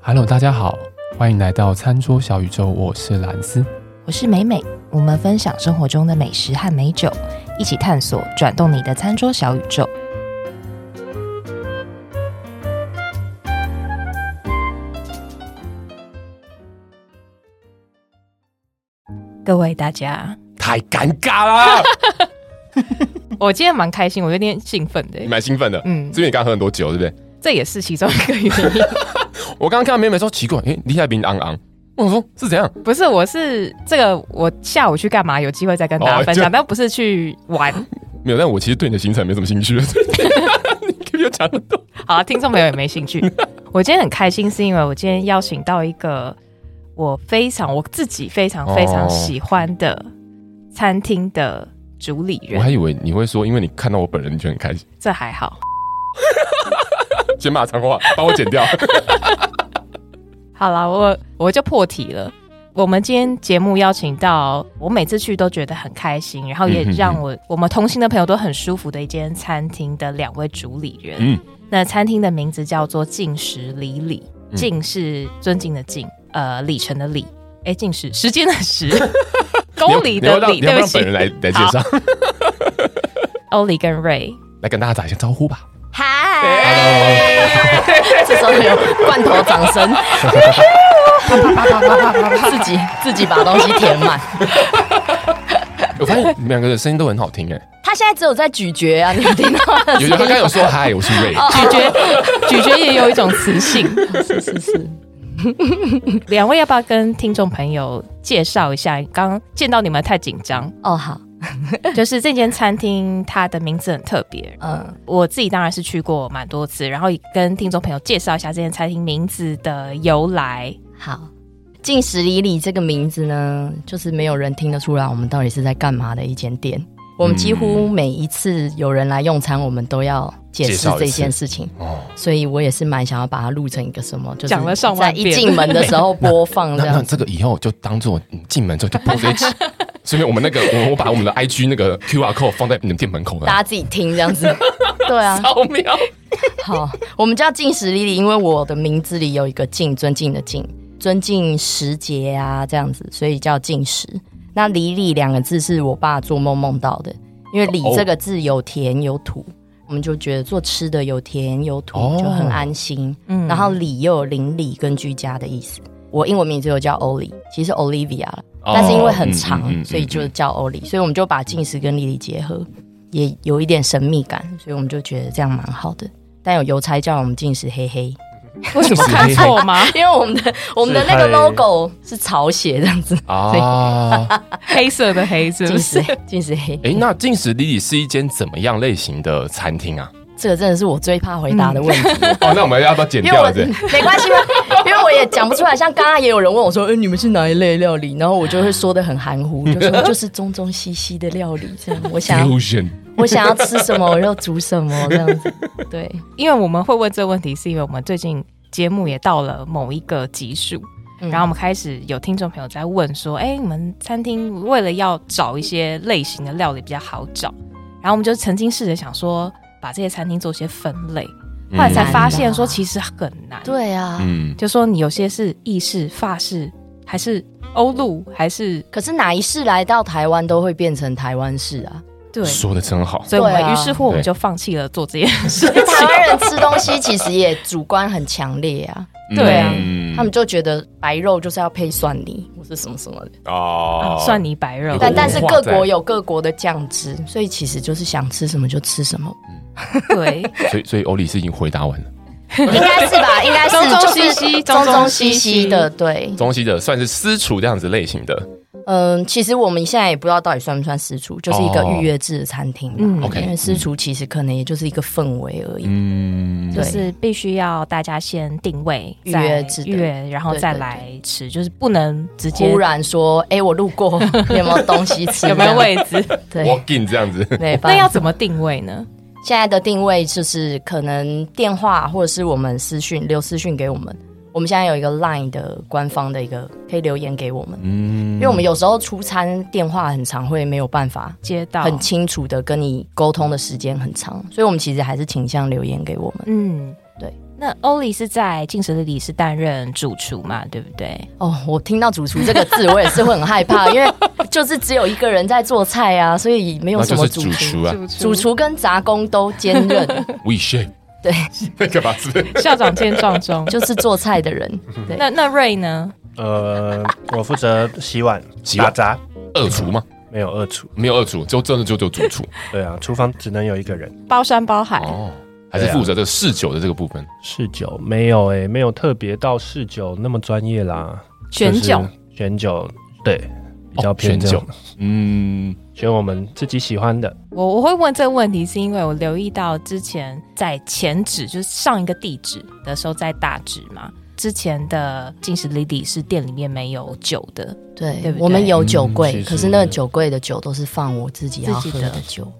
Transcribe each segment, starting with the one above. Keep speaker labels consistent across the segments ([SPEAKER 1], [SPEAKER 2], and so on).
[SPEAKER 1] Hello，大家好，欢迎来到餐桌小宇宙，我是蓝斯。
[SPEAKER 2] 我是美美，我们分享生活中的美食和美酒，一起探索转动你的餐桌小宇宙。各位大家，
[SPEAKER 3] 太尴尬啦！
[SPEAKER 2] 我今天蛮开心，我有点兴奋的
[SPEAKER 3] 你。蛮兴奋的，
[SPEAKER 2] 嗯
[SPEAKER 3] 嗯，是因为你刚喝很多酒，对不对？
[SPEAKER 2] 这也是其中一个原因。
[SPEAKER 3] 我刚刚看到美美说奇怪，诶，李海平昂昂，我想说是怎样？
[SPEAKER 2] 不是，我是这个，我下午去干嘛？有机会再跟大家
[SPEAKER 3] 哦
[SPEAKER 2] 分享，
[SPEAKER 3] 就
[SPEAKER 2] 但不是去 玩。
[SPEAKER 3] 没有，但我其实对你的行程没什么兴趣。你可别讲得多。
[SPEAKER 2] 好、听众朋友也 没兴趣。我今天很开心，是因为我今天邀请到一个我非常我自己非常非常
[SPEAKER 3] 哦
[SPEAKER 2] 喜欢的餐厅的主理
[SPEAKER 3] 我
[SPEAKER 2] 人，
[SPEAKER 3] 还以为你会说，因为你看到我本人，你就很开心。
[SPEAKER 2] 这还好。
[SPEAKER 3] 先骂脏话，帮我剪掉。
[SPEAKER 2] 好了，我我就破题了。我们今天节目邀请到我每次去都觉得很开心，然后也
[SPEAKER 3] 嗯哼哼
[SPEAKER 2] 让我我们同行的朋友都很舒服的一间餐厅的两位主理人。
[SPEAKER 3] 嗯
[SPEAKER 2] 那餐厅的名字叫做“敬时礼礼”，
[SPEAKER 3] 嗯
[SPEAKER 2] 敬是尊敬的敬，呃，里程的里，哎，敬时时间的 时，公里
[SPEAKER 3] 哦你要
[SPEAKER 2] 的
[SPEAKER 3] 你要让你
[SPEAKER 2] 里，
[SPEAKER 3] 要
[SPEAKER 2] 对不
[SPEAKER 3] 让
[SPEAKER 2] 起
[SPEAKER 3] 本人来来介绍，
[SPEAKER 2] ，Oli 跟 Ray，
[SPEAKER 3] 来跟大家打一下招呼 吧。
[SPEAKER 4] 嗨，这时候有罐头掌声， 自己自己把东西填满。
[SPEAKER 3] 我发现你们两个的声音都很好听 诶。
[SPEAKER 4] 他现在只有在咀嚼啊，你有听到吗？
[SPEAKER 3] 有有，他刚刚有说嗨，我是
[SPEAKER 4] 哦
[SPEAKER 3] Ray。
[SPEAKER 2] 咀嚼咀嚼 也有一种磁性。
[SPEAKER 4] 是是是，
[SPEAKER 2] 两位要不要跟听众朋友介绍一下？刚见到你们太紧 张，
[SPEAKER 4] 哦好，
[SPEAKER 2] 就是这间餐厅它的名字很特别。
[SPEAKER 4] 嗯，
[SPEAKER 2] 我自己当然是去过蛮多次，然后也跟听众朋友介绍一下这间餐厅名字的由来。
[SPEAKER 4] 好。进食里里这个名字呢，就是没有人听得出来我们到底是在干嘛的一间店。我们几乎每一次有人来用餐，我们都要解
[SPEAKER 3] 介
[SPEAKER 4] 释
[SPEAKER 3] 绍一
[SPEAKER 4] 这
[SPEAKER 3] 次
[SPEAKER 4] 件事情，
[SPEAKER 3] 哦，
[SPEAKER 4] 所以我也是蛮想要把它录成一个什么，就是
[SPEAKER 2] 讲了上
[SPEAKER 4] 在
[SPEAKER 2] 万遍
[SPEAKER 4] 一进门的时候播放
[SPEAKER 3] 那
[SPEAKER 4] 这
[SPEAKER 3] 那
[SPEAKER 4] 样
[SPEAKER 3] 这个以后就当做你进门之后就播这 一集。顺便我们那个，我我把我们的 IG 那个 QR code 放在你们店门口的。
[SPEAKER 4] 大家自己听这 样子。对啊，
[SPEAKER 3] 好妙。
[SPEAKER 4] 好， 我们叫敬时礼礼，因为我的名字里有一个敬，尊敬的敬，尊敬时节啊这样子，所以叫敬时。那礼礼两个字是我爸做梦梦到的，因为礼
[SPEAKER 3] 哦
[SPEAKER 4] 这个字有甜有土，我们就觉得做吃的有甜有土
[SPEAKER 3] 哦
[SPEAKER 4] 就很安心。
[SPEAKER 2] 嗯
[SPEAKER 4] 然后礼又有邻里跟居家的意思。我英文名字又叫 Oli，其实 Olivia 了，
[SPEAKER 3] 哦
[SPEAKER 4] 但是因为很长，
[SPEAKER 3] 嗯嗯嗯嗯
[SPEAKER 4] 所以就叫 Oli，所以我们就把进食跟丽丽结合，也有一点神秘感，所以我们就觉得这样蛮好的。但有邮差叫我们进食嘿嘿，
[SPEAKER 2] 为什么看错吗？
[SPEAKER 4] 因为我们的我们的那个 logo 是草写这样子，
[SPEAKER 3] 啊，
[SPEAKER 2] 黑色的黑是不
[SPEAKER 4] 进
[SPEAKER 2] 是
[SPEAKER 4] 食？进食嘿，
[SPEAKER 3] 哎，那进食里里是一间怎么样类型的餐厅 啊？
[SPEAKER 4] 这个真的是我最怕回答 的问题。
[SPEAKER 3] 哦，那我们要不要剪
[SPEAKER 4] 因为
[SPEAKER 3] 掉
[SPEAKER 4] 我
[SPEAKER 3] 对？
[SPEAKER 4] 没关系吗？因为我也讲不出来。像刚刚也有人问我说：“嗯、你们是哪一类料理？”然后我就会说的很含糊，就说 就是中中西西的料理这样。我想要
[SPEAKER 3] Fusion
[SPEAKER 4] 我想要吃什么，我就煮什么这样子。对，
[SPEAKER 2] 因为我们会问这个问题，是因为我们最近节目也到了某一个集数，
[SPEAKER 4] 嗯
[SPEAKER 2] 然后我们开始有听众朋友在问说：“哎，你们餐厅为了要找一些类型的料理比较好找，然后我们就曾经试着想说把这些餐厅做一些分类，后来才发现说
[SPEAKER 4] 嗯
[SPEAKER 2] 其实很难，，
[SPEAKER 4] 对啊。
[SPEAKER 3] 嗯，
[SPEAKER 2] 就说你有些是意式、法式，还是欧陆，还是
[SPEAKER 4] 可是哪一世来到台湾都会变成台湾式啊？
[SPEAKER 2] 对。”
[SPEAKER 3] 说的真好。
[SPEAKER 2] 所以，我们
[SPEAKER 4] 对啊
[SPEAKER 2] 于是乎我们就放弃了做这件事
[SPEAKER 4] 因为台湾人吃东西其实也主观很强烈啊，
[SPEAKER 2] 对啊
[SPEAKER 3] 嗯
[SPEAKER 4] 他们就觉得白肉就是要配蒜泥或是什么什么的。
[SPEAKER 3] 哦
[SPEAKER 2] 啊，蒜泥白肉。
[SPEAKER 4] 但但是各
[SPEAKER 3] 哇
[SPEAKER 4] 国
[SPEAKER 3] 塞
[SPEAKER 4] 有各国的酱汁，所以其实就是想吃什么就吃什么，
[SPEAKER 2] 对，
[SPEAKER 3] 所以所以欧里是已经回答完了，
[SPEAKER 4] 应该是吧？应该是
[SPEAKER 2] 中中
[SPEAKER 4] 就是
[SPEAKER 2] 西西
[SPEAKER 4] 中
[SPEAKER 2] 中中
[SPEAKER 4] 中
[SPEAKER 2] 西
[SPEAKER 4] 西
[SPEAKER 2] 西
[SPEAKER 4] 西的，对。
[SPEAKER 3] 中西的算是私厨这样子类型的。
[SPEAKER 4] 嗯，其实我们现在也不知道到底算不算私厨，就是一个
[SPEAKER 3] 哦
[SPEAKER 4] 预约制的餐厅嘛。
[SPEAKER 2] 嗯
[SPEAKER 3] ，OK
[SPEAKER 4] 因为私厨其实可能也就是一个氛围而已。
[SPEAKER 3] 嗯，
[SPEAKER 2] 就
[SPEAKER 4] 对
[SPEAKER 2] 是必须要大家先定位、
[SPEAKER 4] 预
[SPEAKER 2] 再
[SPEAKER 4] 约制的
[SPEAKER 2] 预约，然后
[SPEAKER 4] 对
[SPEAKER 2] 再
[SPEAKER 4] 对
[SPEAKER 2] 来吃，就是不能直接
[SPEAKER 4] 忽然说，哎、我路 过，有没有东西吃？
[SPEAKER 2] 有没有？位置？
[SPEAKER 4] 对，
[SPEAKER 3] walk in 这样子。
[SPEAKER 4] 没
[SPEAKER 2] 那
[SPEAKER 4] 办
[SPEAKER 2] 要
[SPEAKER 4] 法。
[SPEAKER 2] 怎么定位呢？
[SPEAKER 4] 现在的定位就是可能电话或者是我们私讯留私讯给我们。我们现在有一个 Line 的官方的一个可以留言给我们，
[SPEAKER 3] 嗯
[SPEAKER 4] 因为我们有时候出餐电话很常会没有办法
[SPEAKER 2] 街道
[SPEAKER 4] 很清楚的跟你沟通的时间很长，所以我们其实还是倾向留言给我们。
[SPEAKER 2] 嗯，
[SPEAKER 4] 对。
[SPEAKER 2] 那欧丽是在进食里是担任主厨嘛，对不 对？
[SPEAKER 4] 哦，我听到“主厨”这个字，我也是会很害 怕，因为就是只有一个人在做菜啊，所以没有
[SPEAKER 3] 那
[SPEAKER 4] 什
[SPEAKER 3] 就
[SPEAKER 4] 么
[SPEAKER 3] 是
[SPEAKER 4] 主
[SPEAKER 3] 主
[SPEAKER 4] 厨。
[SPEAKER 3] 厨啊
[SPEAKER 4] 主厨跟杂工都兼 任，
[SPEAKER 3] ，We Shape
[SPEAKER 4] 对，
[SPEAKER 3] 那个吧，是不是
[SPEAKER 2] 校长见状中。
[SPEAKER 4] 就是做菜的人。对，
[SPEAKER 2] 那那瑞呢？
[SPEAKER 5] 呃，我负责 洗碗、
[SPEAKER 3] 洗
[SPEAKER 5] 打
[SPEAKER 3] 碗
[SPEAKER 5] 杂，
[SPEAKER 3] 二厨吗？
[SPEAKER 5] 没有二厨。
[SPEAKER 3] 没有二厨，就真的就只有主厨
[SPEAKER 5] 对啊，厨房只能有一个人。
[SPEAKER 2] 包山包海，
[SPEAKER 3] 哦，还是负责这个侍酒的这个部分。
[SPEAKER 5] 侍酒没有哎、没有特别到侍酒那么专业啦。
[SPEAKER 2] 选酒，
[SPEAKER 5] 就是选酒，对，比较偏
[SPEAKER 3] 选
[SPEAKER 5] 这
[SPEAKER 3] 酒
[SPEAKER 5] 种
[SPEAKER 3] 嗯，
[SPEAKER 5] 选我们自己喜欢的。
[SPEAKER 2] 我我会问这个问题，是因为我留意到之前在前址，就是上一个地址的时候，在大直嘛，之前的进食里底是店里面没有酒的，
[SPEAKER 4] 对，
[SPEAKER 2] 对不对
[SPEAKER 4] 我们有酒柜，
[SPEAKER 3] 嗯其实
[SPEAKER 4] 可是那个酒柜的酒都是放我自己要喝的
[SPEAKER 2] 自
[SPEAKER 4] 酒。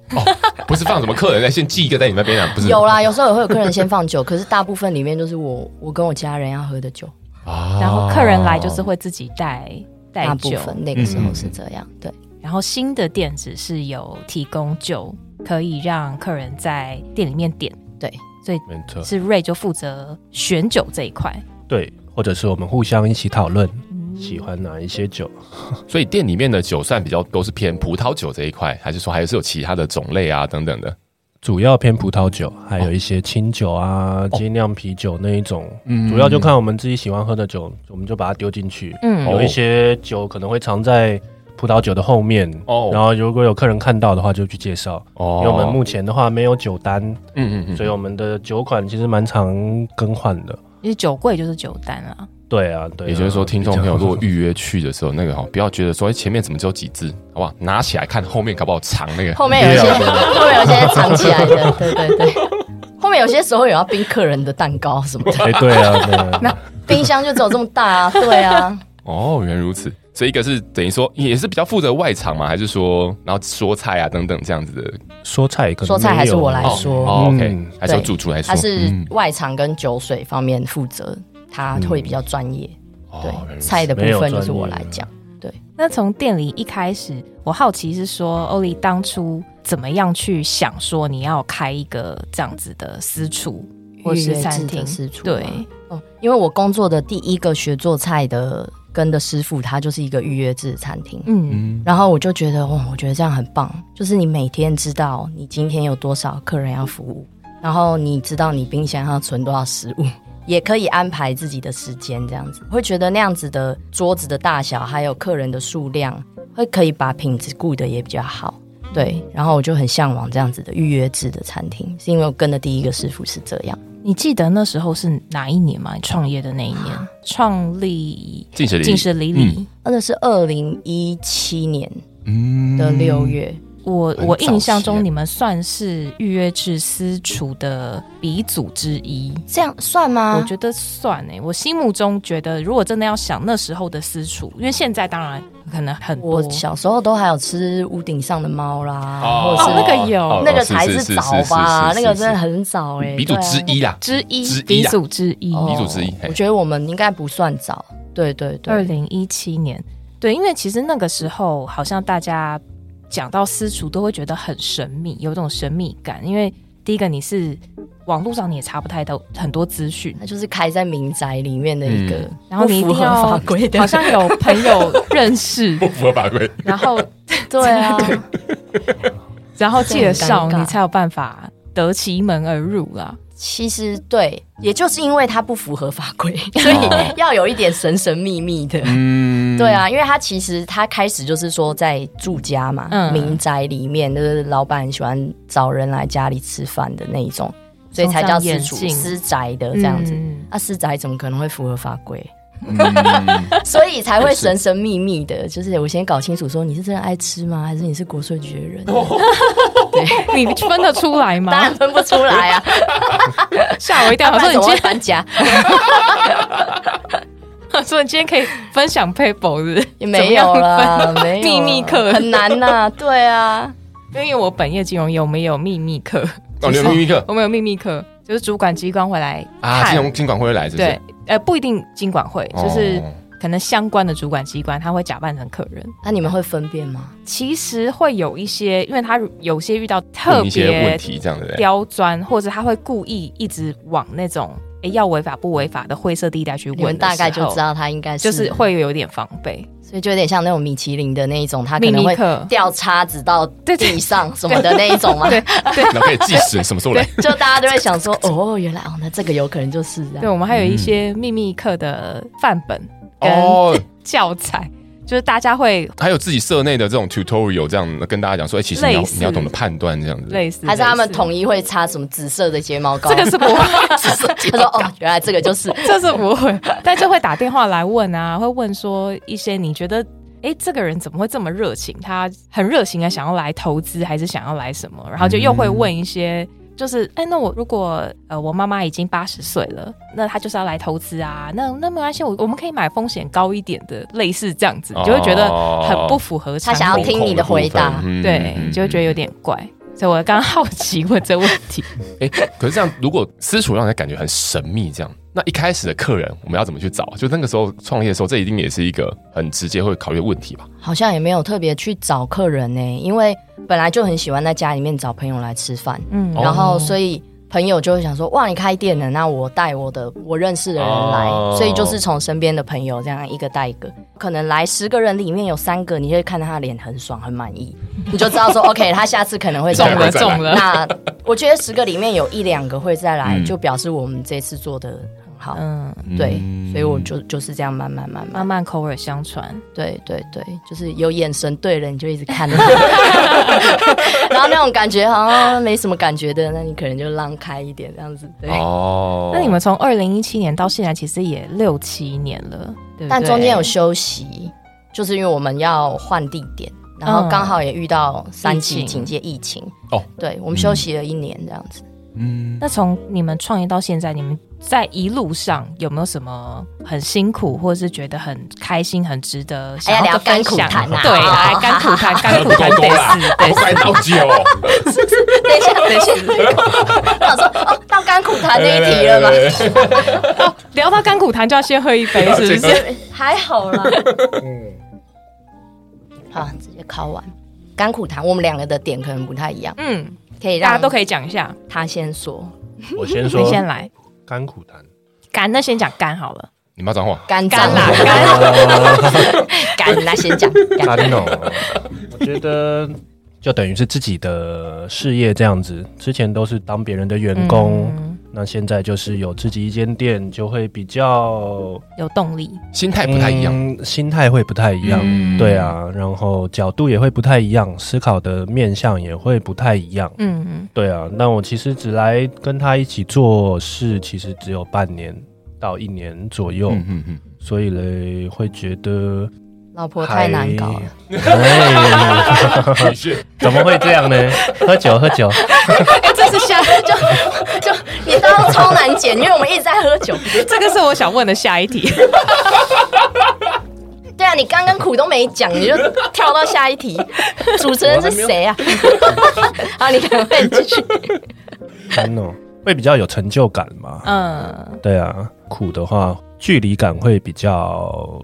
[SPEAKER 3] 不是放什么客人来先寄一个在你那边啊，不是
[SPEAKER 4] 有啦，有时候也会有客人先放酒，可是大部分里面都是我我跟我家人要喝的酒，
[SPEAKER 3] 啊
[SPEAKER 2] 然后客人来就是会自己带带
[SPEAKER 4] 大部
[SPEAKER 2] 酒，
[SPEAKER 4] 分那个时候是这样。对，
[SPEAKER 2] 然后新的店址是有提供酒，可以让客人在店里面点，
[SPEAKER 4] 对，
[SPEAKER 2] 所以
[SPEAKER 5] 没错，
[SPEAKER 2] 是瑞就负责选酒这一块，
[SPEAKER 5] 对，或者是我们互相一起讨论喜欢哪一些酒。
[SPEAKER 3] 所以店里面的酒算比较都是偏葡萄酒这一块，还是说还是有其他的种类啊等等的？
[SPEAKER 5] 主要偏葡萄酒，还有一些清酒啊、精酿啤酒那一种，
[SPEAKER 3] 嗯
[SPEAKER 5] 主要就看我们自己喜欢喝的酒，我们就把它丢进去。
[SPEAKER 2] 嗯
[SPEAKER 3] 哦
[SPEAKER 5] 有一些酒可能会藏在葡萄酒的后面，
[SPEAKER 3] 哦
[SPEAKER 5] 然后如果有客人看到的话，就去介绍。
[SPEAKER 3] 哦
[SPEAKER 5] 因为我们目前的话没有酒单，
[SPEAKER 3] 嗯嗯
[SPEAKER 5] 所以我们的酒款其实蛮常更换的。
[SPEAKER 2] 因为酒柜就是酒单啊，
[SPEAKER 5] 对啊，对
[SPEAKER 3] 嗯，
[SPEAKER 5] 啊。
[SPEAKER 3] 也就是说，听众朋友
[SPEAKER 5] 比较
[SPEAKER 3] 如果预约去的时候，那个哈、不要觉得说哎前面怎么只有几支，好不好？拿起来看后面搞不好藏那个。
[SPEAKER 4] 后面有一些
[SPEAKER 5] 对
[SPEAKER 4] 后面有一些藏起来的，对对对。后面有些时候有要冰客人的蛋糕什么的，
[SPEAKER 5] 哎，对啊，对啊。
[SPEAKER 4] 那冰箱就只有这么大啊，对啊。
[SPEAKER 3] 哦，原来如此。所以一个是等于说也是比较负责外场嘛，还是说然后说菜啊等等这样子的？
[SPEAKER 5] 说菜可能
[SPEAKER 4] 说菜还是我来
[SPEAKER 3] 哦
[SPEAKER 4] 说
[SPEAKER 3] 哦，OK，
[SPEAKER 5] 嗯
[SPEAKER 3] 还是由
[SPEAKER 4] 对
[SPEAKER 3] 主厨来
[SPEAKER 4] 他
[SPEAKER 3] 说。
[SPEAKER 4] 是
[SPEAKER 3] 嗯
[SPEAKER 4] 外场跟酒水方面负责，他会比较专业。
[SPEAKER 3] 哦原来
[SPEAKER 4] 对，
[SPEAKER 3] 如此
[SPEAKER 4] 菜的部分就是我
[SPEAKER 5] 没有专
[SPEAKER 4] 来
[SPEAKER 5] 业
[SPEAKER 4] 讲。
[SPEAKER 2] 那从店里一开始，我好奇是说，欧丽当初怎么样去想说你要开一个这样子的私厨或
[SPEAKER 4] 预
[SPEAKER 2] 是
[SPEAKER 4] 约制
[SPEAKER 2] 餐
[SPEAKER 4] 的
[SPEAKER 2] 厅？
[SPEAKER 4] 私厨
[SPEAKER 2] 对，
[SPEAKER 4] 吗哦，因为我工作的第一个学做菜的跟的师傅，他就是一个预约制的餐厅。
[SPEAKER 2] 嗯，
[SPEAKER 3] 嗯，
[SPEAKER 4] 然后我就觉得，哇，我觉得这样很棒，就是你每天知道你今天有多少客人要服务，然后你知道你冰箱要存多少食物， 也可以安排自己的时间，这样子会觉得那样子的桌子的大小，还有客人的数量，会可以把品质顾得也比较好。对，然后我就很向往这样子的预约制的餐厅，是因为我跟的第一个师傅是这样。
[SPEAKER 2] 你记得那时候是哪一年吗？你创业的那一
[SPEAKER 3] 啊
[SPEAKER 2] 年，创立
[SPEAKER 3] 进水
[SPEAKER 2] 进士里里。
[SPEAKER 4] 那是二零一七年
[SPEAKER 3] 嗯
[SPEAKER 4] 的六月，
[SPEAKER 2] 我
[SPEAKER 3] 很
[SPEAKER 2] 我
[SPEAKER 3] 早
[SPEAKER 2] 印象
[SPEAKER 3] 期耶啊
[SPEAKER 2] 中，你们算是预约制私厨的鼻祖之一。
[SPEAKER 4] 这样算吗？
[SPEAKER 2] 我觉得算哎、我心目中觉得，如果真的要想那时候的私厨，因为现在当然可能很多
[SPEAKER 4] 我小时候都还有吃屋顶上的猫啦，
[SPEAKER 3] 哦
[SPEAKER 4] 或者是、
[SPEAKER 2] 哦那个有
[SPEAKER 3] 哦
[SPEAKER 4] 那个
[SPEAKER 3] 是
[SPEAKER 4] 才
[SPEAKER 3] 是
[SPEAKER 4] 早吧，那个真的很早哎、
[SPEAKER 2] 啊
[SPEAKER 3] 鼻祖之一啦，
[SPEAKER 2] 之一
[SPEAKER 3] 之一啊
[SPEAKER 2] 鼻祖之一，
[SPEAKER 4] 对啊，
[SPEAKER 3] 鼻祖之一
[SPEAKER 4] 哦
[SPEAKER 3] 嘿
[SPEAKER 4] 我觉得我们应该不算早，对对
[SPEAKER 2] 二
[SPEAKER 4] 对，
[SPEAKER 2] 零一七年，对，因为其实那个时候好像大家讲到私厨都会觉得很神秘，有种神秘感。因为第一个你是网络上你也查不太到很多资讯，
[SPEAKER 4] 它就是开在民宅里面的一个，
[SPEAKER 3] 嗯
[SPEAKER 2] 然后你一
[SPEAKER 4] 不
[SPEAKER 2] 定
[SPEAKER 4] 符合法
[SPEAKER 2] 要
[SPEAKER 4] 规的，
[SPEAKER 2] 好像有朋友认 识，
[SPEAKER 3] 不 符合法规。
[SPEAKER 2] 然后
[SPEAKER 4] 对啊，
[SPEAKER 2] 然后介绍
[SPEAKER 4] 这很尴尬
[SPEAKER 2] 你才有办法得其门而入啦。
[SPEAKER 4] 其实对，也就是因为它不符合法 规，
[SPEAKER 3] 哦
[SPEAKER 4] 所以要有一点神神秘秘的。
[SPEAKER 3] 嗯，
[SPEAKER 4] 对啊，因为他其实他开始就是说在住家嘛，
[SPEAKER 2] 嗯
[SPEAKER 4] 民宅里面，就是老板很喜欢找人来家里吃饭的那一种，所以才叫私厨
[SPEAKER 2] 从这样演进
[SPEAKER 4] 私宅的这样子。
[SPEAKER 2] 嗯
[SPEAKER 4] 那、私宅怎么可能会符合法规？
[SPEAKER 3] 嗯，
[SPEAKER 4] 所以才会神神秘秘的，就是我先搞清楚说你是真的爱吃吗，还是你是国税局的人？
[SPEAKER 2] 哦你分得出来
[SPEAKER 4] 当
[SPEAKER 2] 吗
[SPEAKER 4] 然？分不出 来啊，
[SPEAKER 2] 吓我一跳！
[SPEAKER 4] 不
[SPEAKER 2] 我说
[SPEAKER 4] 然
[SPEAKER 2] 你今天，
[SPEAKER 4] 怎么 会搬家？
[SPEAKER 2] 我说你今天可以分享 paper 是不是？
[SPEAKER 4] 也没有 啦，没有
[SPEAKER 2] 秘密课
[SPEAKER 4] 很难呐、对啊，
[SPEAKER 2] 因为我本业金融业，我们也有秘密课，
[SPEAKER 3] 哦，你有秘密课
[SPEAKER 2] 我们有秘密课，就是主管机关会来
[SPEAKER 3] 啊？
[SPEAKER 2] 看，
[SPEAKER 3] 金融金管会来是不
[SPEAKER 2] 对
[SPEAKER 3] 是？，
[SPEAKER 2] 呃，不一定经管会，就是
[SPEAKER 3] 哦
[SPEAKER 2] 可能相关的主管机关，他会假扮成客人。
[SPEAKER 4] 那、你们会分辨吗？
[SPEAKER 2] 其实会有一些，因为他有些遇到特
[SPEAKER 3] 问一些问
[SPEAKER 2] 别
[SPEAKER 3] 题这样的。
[SPEAKER 2] 刁钻，或者他会故意一直往那种。诶要违法不违法的灰色地带去
[SPEAKER 4] 你们
[SPEAKER 2] 问的时
[SPEAKER 4] 大
[SPEAKER 2] 候，
[SPEAKER 4] 概就知道他应该是，
[SPEAKER 2] 就是，会有点防备。
[SPEAKER 4] 所以就有点像那种米其林的那一种，他啊可
[SPEAKER 2] 秘
[SPEAKER 4] 能
[SPEAKER 2] 密
[SPEAKER 4] 会
[SPEAKER 2] 课，
[SPEAKER 4] 掉叉子到地上什么的那一种嘛。
[SPEAKER 2] 对
[SPEAKER 3] 然后可以计时什么 时候来，
[SPEAKER 4] 就大家都会想说，哦，原来哦，那这个有可能就是这
[SPEAKER 2] 对，
[SPEAKER 4] 样。
[SPEAKER 2] 我们还有一些秘密课的范本
[SPEAKER 3] 哦
[SPEAKER 2] 跟教材，就是大家会
[SPEAKER 3] 还有自己社内的这种 tutorial，这样跟大家讲说，哎、其实你要
[SPEAKER 2] 类似
[SPEAKER 3] 你要懂得判断这样子。
[SPEAKER 2] 类似，
[SPEAKER 4] 还是他们
[SPEAKER 2] 类似
[SPEAKER 4] 统一会擦什么紫色的睫毛膏？
[SPEAKER 2] 这个是不会，
[SPEAKER 4] 紫色睫毛 膏。他说：“哦，原来这个就是。
[SPEAKER 2] 这是不会， 但就会打电话来问啊，会问说一些你觉得。哎，这个人怎么会这么热情？他很热情啊，想要来投资，还是想要来什么？然后就又会问一些，就是哎，那我如果呃，我妈妈已经八十岁了，那她就是要来投资啊，那那没关系，我我们可以买风险高一点的，类似这样子，你就会觉得很
[SPEAKER 3] 哦
[SPEAKER 2] 不符合常嗯 理。
[SPEAKER 4] 他想要听你的回答
[SPEAKER 3] 风控部分
[SPEAKER 2] 哦对，你就会觉得有。点怪。所以我刚刚好奇问这问题，
[SPEAKER 3] 哎、可是这样，如果私厨让人感觉很神秘，这样，那一开始的客人我们要怎么去找？就那个时候创业的时候，这一定也是一个很直接会考虑的问题吧？”
[SPEAKER 4] 好像也没有特别去找客人呢、因为本来就很喜欢在家里面找朋友来吃饭，
[SPEAKER 2] 嗯，
[SPEAKER 4] 然后所以朋友就会想说：“哇，你开店了，那我带我的我认识的人来。
[SPEAKER 3] 哦
[SPEAKER 4] 所以就是从身边的朋友这样一个带一个，可能来十个人里面有三个，你就会看到他脸很爽很满意，你就 知道说 OK，他下次可能会
[SPEAKER 2] 中
[SPEAKER 4] 再来
[SPEAKER 2] 了中了，
[SPEAKER 4] 那我觉得十个里面有一两个会再来，
[SPEAKER 3] 嗯
[SPEAKER 4] 就表示我们这次做的很好。
[SPEAKER 2] 嗯，
[SPEAKER 4] 对，
[SPEAKER 3] 嗯
[SPEAKER 4] 所以我就就是这样慢慢慢
[SPEAKER 2] 慢
[SPEAKER 4] 慢，
[SPEAKER 2] 慢口耳相传，
[SPEAKER 4] 对对对，就是有眼神对了，你就一直 看着，然后那种感觉好像没什么感觉的，那你可能就让开一点这样子。对，
[SPEAKER 3] 哦
[SPEAKER 2] 那你们从二零一七年到现在，其实也六七年了，对不对
[SPEAKER 4] 但中间有休息，就是因为我们要换地点，然
[SPEAKER 2] 嗯
[SPEAKER 4] 后刚好也遇到三
[SPEAKER 2] 疫
[SPEAKER 4] 级
[SPEAKER 2] 情
[SPEAKER 4] 警戒疫情，
[SPEAKER 3] 哦，
[SPEAKER 4] 对我们休息了一年这样子。
[SPEAKER 3] 嗯，
[SPEAKER 2] 那从你们创业到现在，你们在一路上有没有什么很辛苦，或者是觉得很开心、很值得想
[SPEAKER 4] 哎呀
[SPEAKER 2] 要
[SPEAKER 4] 聊甘
[SPEAKER 2] 跟
[SPEAKER 4] 苦
[SPEAKER 2] 分享？
[SPEAKER 4] 谈啊
[SPEAKER 2] 对， 来甘苦谈，甘苦
[SPEAKER 3] 不
[SPEAKER 2] 谈
[SPEAKER 3] 够
[SPEAKER 2] 得
[SPEAKER 3] 多啦
[SPEAKER 2] 是，
[SPEAKER 3] 我 快到酒，
[SPEAKER 4] 等一下，等一下，我想说哦，到甘苦谈那一题了吗？
[SPEAKER 3] 对？对对对
[SPEAKER 2] 哦聊到甘苦谈就要先喝一杯，是不
[SPEAKER 3] 对
[SPEAKER 2] 是？
[SPEAKER 4] 还好啦。嗯好，直接考完。甘苦谈，我们两个的点可能不太一样，
[SPEAKER 2] 嗯，
[SPEAKER 4] 可以
[SPEAKER 2] 大
[SPEAKER 4] 让
[SPEAKER 2] 家都可以讲一下，
[SPEAKER 4] 他先说
[SPEAKER 5] 我先
[SPEAKER 2] 你
[SPEAKER 5] 说
[SPEAKER 2] 先来，
[SPEAKER 5] 甘苦 谈，
[SPEAKER 2] 干那先讲干好了，
[SPEAKER 3] 你妈脏话，
[SPEAKER 4] 干
[SPEAKER 2] 干
[SPEAKER 4] 脏
[SPEAKER 2] 啦，干。
[SPEAKER 5] 啊
[SPEAKER 4] 干 那先讲
[SPEAKER 3] 啊
[SPEAKER 4] 干。
[SPEAKER 5] 干哦，我觉得就等于是自己的事业这样子，之前都是当别人的员工，
[SPEAKER 2] 嗯
[SPEAKER 5] 那现在就是有自己一间店，就会比较
[SPEAKER 2] 有动力，
[SPEAKER 3] 心态不太一样。
[SPEAKER 5] 嗯心态会不太一样，
[SPEAKER 2] 嗯
[SPEAKER 5] 对啊，然后角度也会不太一样，思考的面向也会不太一样，
[SPEAKER 2] 嗯嗯。
[SPEAKER 5] 对啊，那我其实只来跟他一起做事，其实只有半年到一年左右，
[SPEAKER 3] 嗯嗯嗯，
[SPEAKER 5] 所以嘞会觉得
[SPEAKER 4] 老婆太难搞了，
[SPEAKER 5] 还。哎 怎么会这样呢？喝酒喝 酒，
[SPEAKER 4] 哎，这是下 就就你刚刚超难剪，因为我们一直在喝酒。
[SPEAKER 2] 这个是我想问的下一题。
[SPEAKER 4] 对啊，你刚刚苦都没讲，你就跳到下一 题。主持人是谁啊？ 好，你赶快继 续。
[SPEAKER 5] 干哦，会比较有成就感嘛？
[SPEAKER 2] 嗯，
[SPEAKER 5] 对啊，苦的话距离感会比较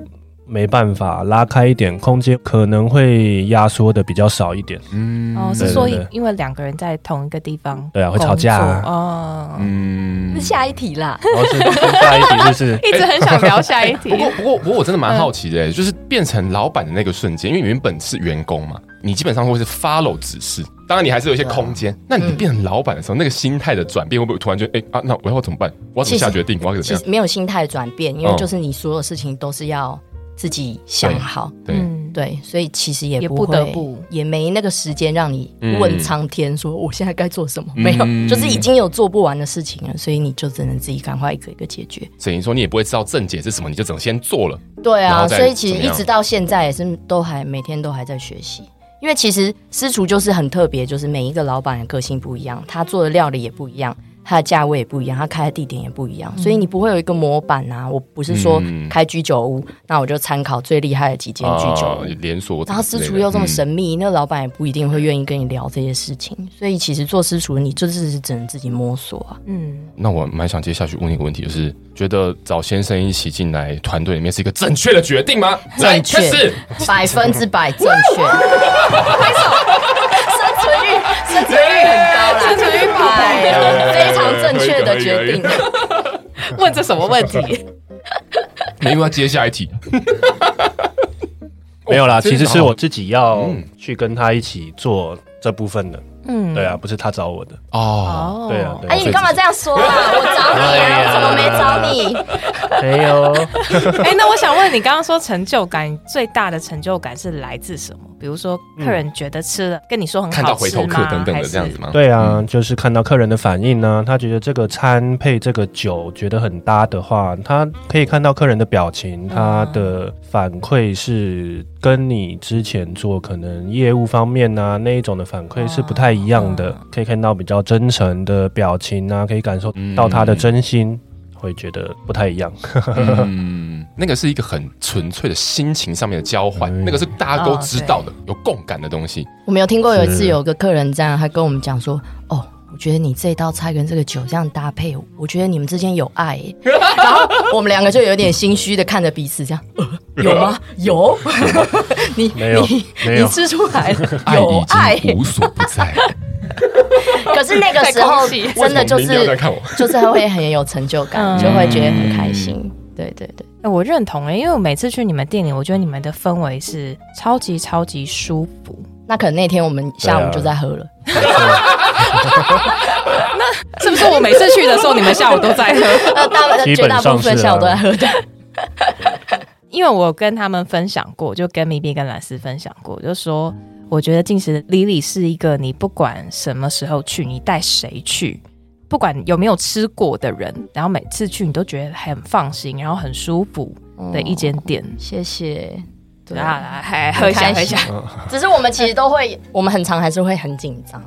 [SPEAKER 5] 没办法拉开一点，空间可能会压缩的比较少一 点。
[SPEAKER 3] 嗯
[SPEAKER 2] 哦，
[SPEAKER 5] 对
[SPEAKER 2] 是说
[SPEAKER 5] 对
[SPEAKER 2] 因
[SPEAKER 5] 对
[SPEAKER 2] 因为两个人在同一个地方，
[SPEAKER 5] 对啊会吵架啊
[SPEAKER 2] 哦。
[SPEAKER 3] 嗯
[SPEAKER 4] 是下一题啦。
[SPEAKER 5] 然哦后是是下一题 就是
[SPEAKER 2] 一直很想聊下一 题
[SPEAKER 3] 不，过，不过，不过，我真的
[SPEAKER 4] 嗯
[SPEAKER 3] 蛮好奇的、欸就是变成老板的那个瞬间，因为你原本是员工嘛，你基本上会是 follow 指示，当然你还是有一些空间。
[SPEAKER 4] 啊
[SPEAKER 3] 那你变成老板的时候，那个心态的转变，会不会突然就哎、啊，那我要怎么办？我要怎么下决定？我要怎
[SPEAKER 4] 其
[SPEAKER 3] 么
[SPEAKER 4] 实
[SPEAKER 3] 样？
[SPEAKER 4] 没有心态转变，因为
[SPEAKER 2] 哦
[SPEAKER 3] 嗯
[SPEAKER 4] 就是你所有事情都是要自己想好，
[SPEAKER 3] 对，
[SPEAKER 2] 嗯，
[SPEAKER 4] 对，所以其实也
[SPEAKER 2] 也
[SPEAKER 4] 不
[SPEAKER 2] 不
[SPEAKER 4] 会
[SPEAKER 2] 得不
[SPEAKER 4] 也没那个时间让你问苍天说我现在该做什么，
[SPEAKER 3] 嗯
[SPEAKER 4] 没有，就是已经有做不完的事情了，所以你就只能自己赶快一个一个解决。
[SPEAKER 3] 等于说你也不会知道正解是什么，你就只能先做了。
[SPEAKER 4] 对
[SPEAKER 3] 然
[SPEAKER 4] 啊，
[SPEAKER 3] 后再
[SPEAKER 4] 所以其实
[SPEAKER 3] 怎么
[SPEAKER 4] 一
[SPEAKER 3] 样
[SPEAKER 4] 直到现在也是都还每天都还在学习。因为其实私厨就是很特别，就是每一个老板的个性不一样，他做的料理也不一样，他的价位也不一样，他开的地点也不一样，所以你不会有一个模板啊。我不是说
[SPEAKER 3] 嗯
[SPEAKER 4] 开居酒屋，那我就参考最厉害的几间居酒
[SPEAKER 3] 啊
[SPEAKER 4] 屋，，
[SPEAKER 3] 连锁，
[SPEAKER 4] 然后私厨
[SPEAKER 3] 嗯
[SPEAKER 4] 又这么，神秘，那老板也不一定会愿意跟你聊这些事情，所以其实做私厨，你就是只能自己摸索啊。
[SPEAKER 2] 嗯，
[SPEAKER 3] 那我蛮想接下去问一个问题，就是觉得找先生一起进来团队里面是一个正确的决定吗？
[SPEAKER 4] 正确
[SPEAKER 3] 来开 始
[SPEAKER 4] 百分之百正确。生存率，生存率很高啦，生存率百，非常正确的决定。
[SPEAKER 2] 问这什么问题？
[SPEAKER 3] 没有要接下一题。 哦
[SPEAKER 5] 没有啦，
[SPEAKER 3] 真
[SPEAKER 5] 其
[SPEAKER 3] 的
[SPEAKER 5] 实是
[SPEAKER 3] 好
[SPEAKER 5] 我自己要
[SPEAKER 3] 嗯
[SPEAKER 5] 去跟他一起做这部分的。
[SPEAKER 2] 嗯
[SPEAKER 5] 对啊，，不是他找我的。
[SPEAKER 3] 哦，
[SPEAKER 2] 哦
[SPEAKER 5] 对啊，对
[SPEAKER 4] 哎，
[SPEAKER 5] 啊。
[SPEAKER 4] 你干嘛这样说啊？我找你啊，我怎么没找你？
[SPEAKER 5] 没有，
[SPEAKER 2] 哎、那我想问你，刚刚说成就感，你最大的成就感是来自什么？比如说，客人觉得吃了跟你说很好吃
[SPEAKER 3] 看
[SPEAKER 2] 吗
[SPEAKER 3] 到回头客等等的这样子？吗？
[SPEAKER 5] 对啊，就是看到客人的反应呢、他觉得这个餐配这个酒觉得很搭的话，他可以看到客人的表情，他的反馈是跟你之前做可能业务方面啊那一种的反馈是不太一样的，可以看到比较真诚的表情啊，可以感受到他的真心，会觉得不太一 样。
[SPEAKER 3] 嗯，那个是一个很纯粹的心情上面的交换，
[SPEAKER 5] 嗯
[SPEAKER 3] 那个是大家都知道的，有共感的东西。
[SPEAKER 4] 我们有听过有一次
[SPEAKER 5] 是
[SPEAKER 4] 有个客人这样，他跟我们讲说，哦。我觉得你这道菜跟这个酒这样搭配，我觉得你们之间有爱 耶。然后我们两个就有点心虚的看着彼此，这样、呃有吗？有， 你
[SPEAKER 5] 没有
[SPEAKER 4] 你
[SPEAKER 5] 没有
[SPEAKER 4] 你吃出来了，
[SPEAKER 3] 爱
[SPEAKER 4] 有爱
[SPEAKER 3] 已。经无所不在。
[SPEAKER 4] 可是那个时候
[SPEAKER 2] 在空气
[SPEAKER 4] 真的就
[SPEAKER 3] 为什么明天要 再
[SPEAKER 4] 是
[SPEAKER 3] 看我，
[SPEAKER 4] 就是会很有成就感，
[SPEAKER 2] 嗯
[SPEAKER 4] 就会觉得很开心。对对对，
[SPEAKER 2] 哎、我认同哎、因为我每次去你们店里，我觉得你们的氛围是超级超级舒服。
[SPEAKER 4] 那可能那天我们下
[SPEAKER 5] 对
[SPEAKER 4] 午
[SPEAKER 5] 啊
[SPEAKER 4] 就在喝了。
[SPEAKER 2] 是不是我每次去的时候，你们下午都在喝？
[SPEAKER 4] 呃，大
[SPEAKER 5] 基本
[SPEAKER 4] 绝大部
[SPEAKER 5] 上
[SPEAKER 4] 分
[SPEAKER 5] 是啊
[SPEAKER 4] 下午都在喝的。
[SPEAKER 2] 因为我跟他们分享过，就跟米比跟兰斯分享过，就说我觉得进食 Lily 是一个你不管什么时候去，你带谁去，不管有没有吃过的人，然后每次去你都觉得很放心，然后很舒服的一间店。
[SPEAKER 4] 谢谢。哦嗯对
[SPEAKER 2] 来来
[SPEAKER 4] 啊，
[SPEAKER 2] 来，还喝一下，
[SPEAKER 4] 很
[SPEAKER 2] 喝
[SPEAKER 4] 开
[SPEAKER 2] 一
[SPEAKER 4] 心
[SPEAKER 2] 下。
[SPEAKER 5] 嗯
[SPEAKER 4] 只是我们其实都会， 我们很常还是会很紧张。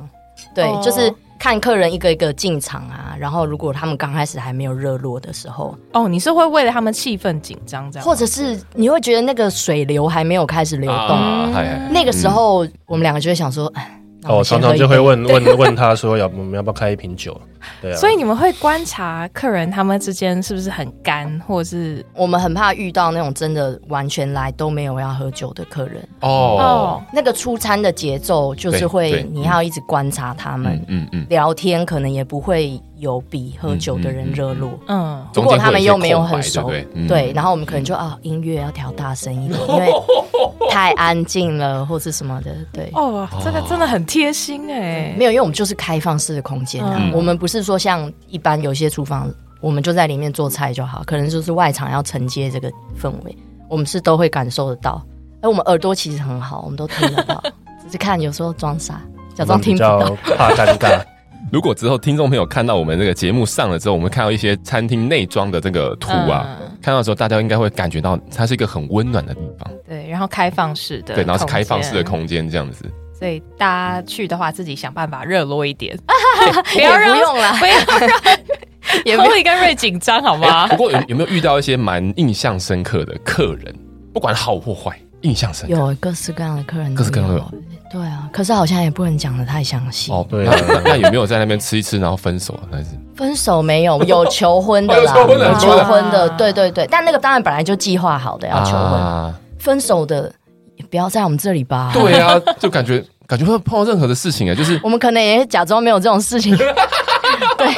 [SPEAKER 4] 对，
[SPEAKER 2] 哦
[SPEAKER 4] 就是看客人一个一个进场啊，然后如果他们刚开始还没有热络的时候，
[SPEAKER 2] 哦，你是会为了他们气氛紧张这样吗？
[SPEAKER 4] 或者是你会觉得那个水流还没有开始流动，
[SPEAKER 3] 啊嗨嗨
[SPEAKER 4] 那个时候我们两个就会想说，哎，那我
[SPEAKER 5] 哦，
[SPEAKER 4] 们先
[SPEAKER 5] 常
[SPEAKER 4] 喝
[SPEAKER 5] 常
[SPEAKER 4] 一
[SPEAKER 5] 就会
[SPEAKER 4] 杯
[SPEAKER 5] 问 问问他说要我们要不要开一瓶酒？对啊，
[SPEAKER 2] 所以你们会观察客人他们之间是不是很干，或者是
[SPEAKER 4] 我们很怕遇到那种真的完全来都没有要喝酒的客人，
[SPEAKER 3] 哦，
[SPEAKER 4] 那个出餐的节奏就是
[SPEAKER 3] 对
[SPEAKER 4] 会
[SPEAKER 3] 对
[SPEAKER 4] 你要一直观察他们
[SPEAKER 3] 嗯，嗯嗯，
[SPEAKER 4] 聊天可能也不会有比
[SPEAKER 5] 嗯
[SPEAKER 4] 喝酒的人热络。
[SPEAKER 2] 嗯，
[SPEAKER 4] 如
[SPEAKER 3] 中
[SPEAKER 4] 果
[SPEAKER 3] 间会
[SPEAKER 4] 他们
[SPEAKER 3] 一些
[SPEAKER 4] 又没有
[SPEAKER 3] 空白
[SPEAKER 4] 很熟，
[SPEAKER 3] 对不对嗯
[SPEAKER 4] 然后我们可能就啊，音乐要调大 声一点，因为太安静了，或是什么的，对，
[SPEAKER 2] 哦，这个真的很贴心哎、
[SPEAKER 4] 没有，因为我们就是开放式的空间啊，
[SPEAKER 2] 嗯
[SPEAKER 4] 我们不是说像一般有些厨房，我们就在里面做菜就好，可能就是外场要承接这个氛围，我们是都会感受得到，而我们耳朵其实很好，我们都听得到， 只是看有时候装傻，假
[SPEAKER 5] 我
[SPEAKER 4] 装
[SPEAKER 5] 们比
[SPEAKER 4] 听不到
[SPEAKER 5] 较，怕尴尬。
[SPEAKER 3] 如果之后听众朋友看到我们这个节目上了之后，我们看到一些餐厅内装的这个图啊，
[SPEAKER 2] 嗯
[SPEAKER 3] 看到的时候，大家应该会感觉到它是一个很温暖的地方，
[SPEAKER 2] 对，然后开放式的，
[SPEAKER 3] 对，然后是开放式的，空间这样子。
[SPEAKER 2] 所以大家去的话自己想办法热络一点， 不要
[SPEAKER 4] 也
[SPEAKER 2] 让
[SPEAKER 4] 不用啦，
[SPEAKER 2] 不要 让
[SPEAKER 4] 也不用
[SPEAKER 2] Holly 跟瑞紧张好吗
[SPEAKER 3] 哎不？过有有没有遇到一些蛮印象深刻的客人，不管好或坏，印象深刻
[SPEAKER 4] 有各式各样的客人，
[SPEAKER 3] 各式各样的。
[SPEAKER 4] 对啊，可是好像也不能讲的太详细。
[SPEAKER 3] 哦，
[SPEAKER 5] 对
[SPEAKER 3] 那那那有没有在那边吃一吃然后分手啊？但是
[SPEAKER 4] 分手没有，有求婚的啦，
[SPEAKER 3] 哦有求婚的
[SPEAKER 4] 有求
[SPEAKER 2] 有求
[SPEAKER 4] 婚
[SPEAKER 2] 婚的
[SPEAKER 4] 的，对对对。但那个当然本来就计划好的要求婚，
[SPEAKER 3] 啊，
[SPEAKER 4] 分手的也不要在我们这里吧。
[SPEAKER 3] 对啊，就感觉感觉会碰到任何的事情啊，就是
[SPEAKER 4] 我们可能也是假装没有这种事情。对，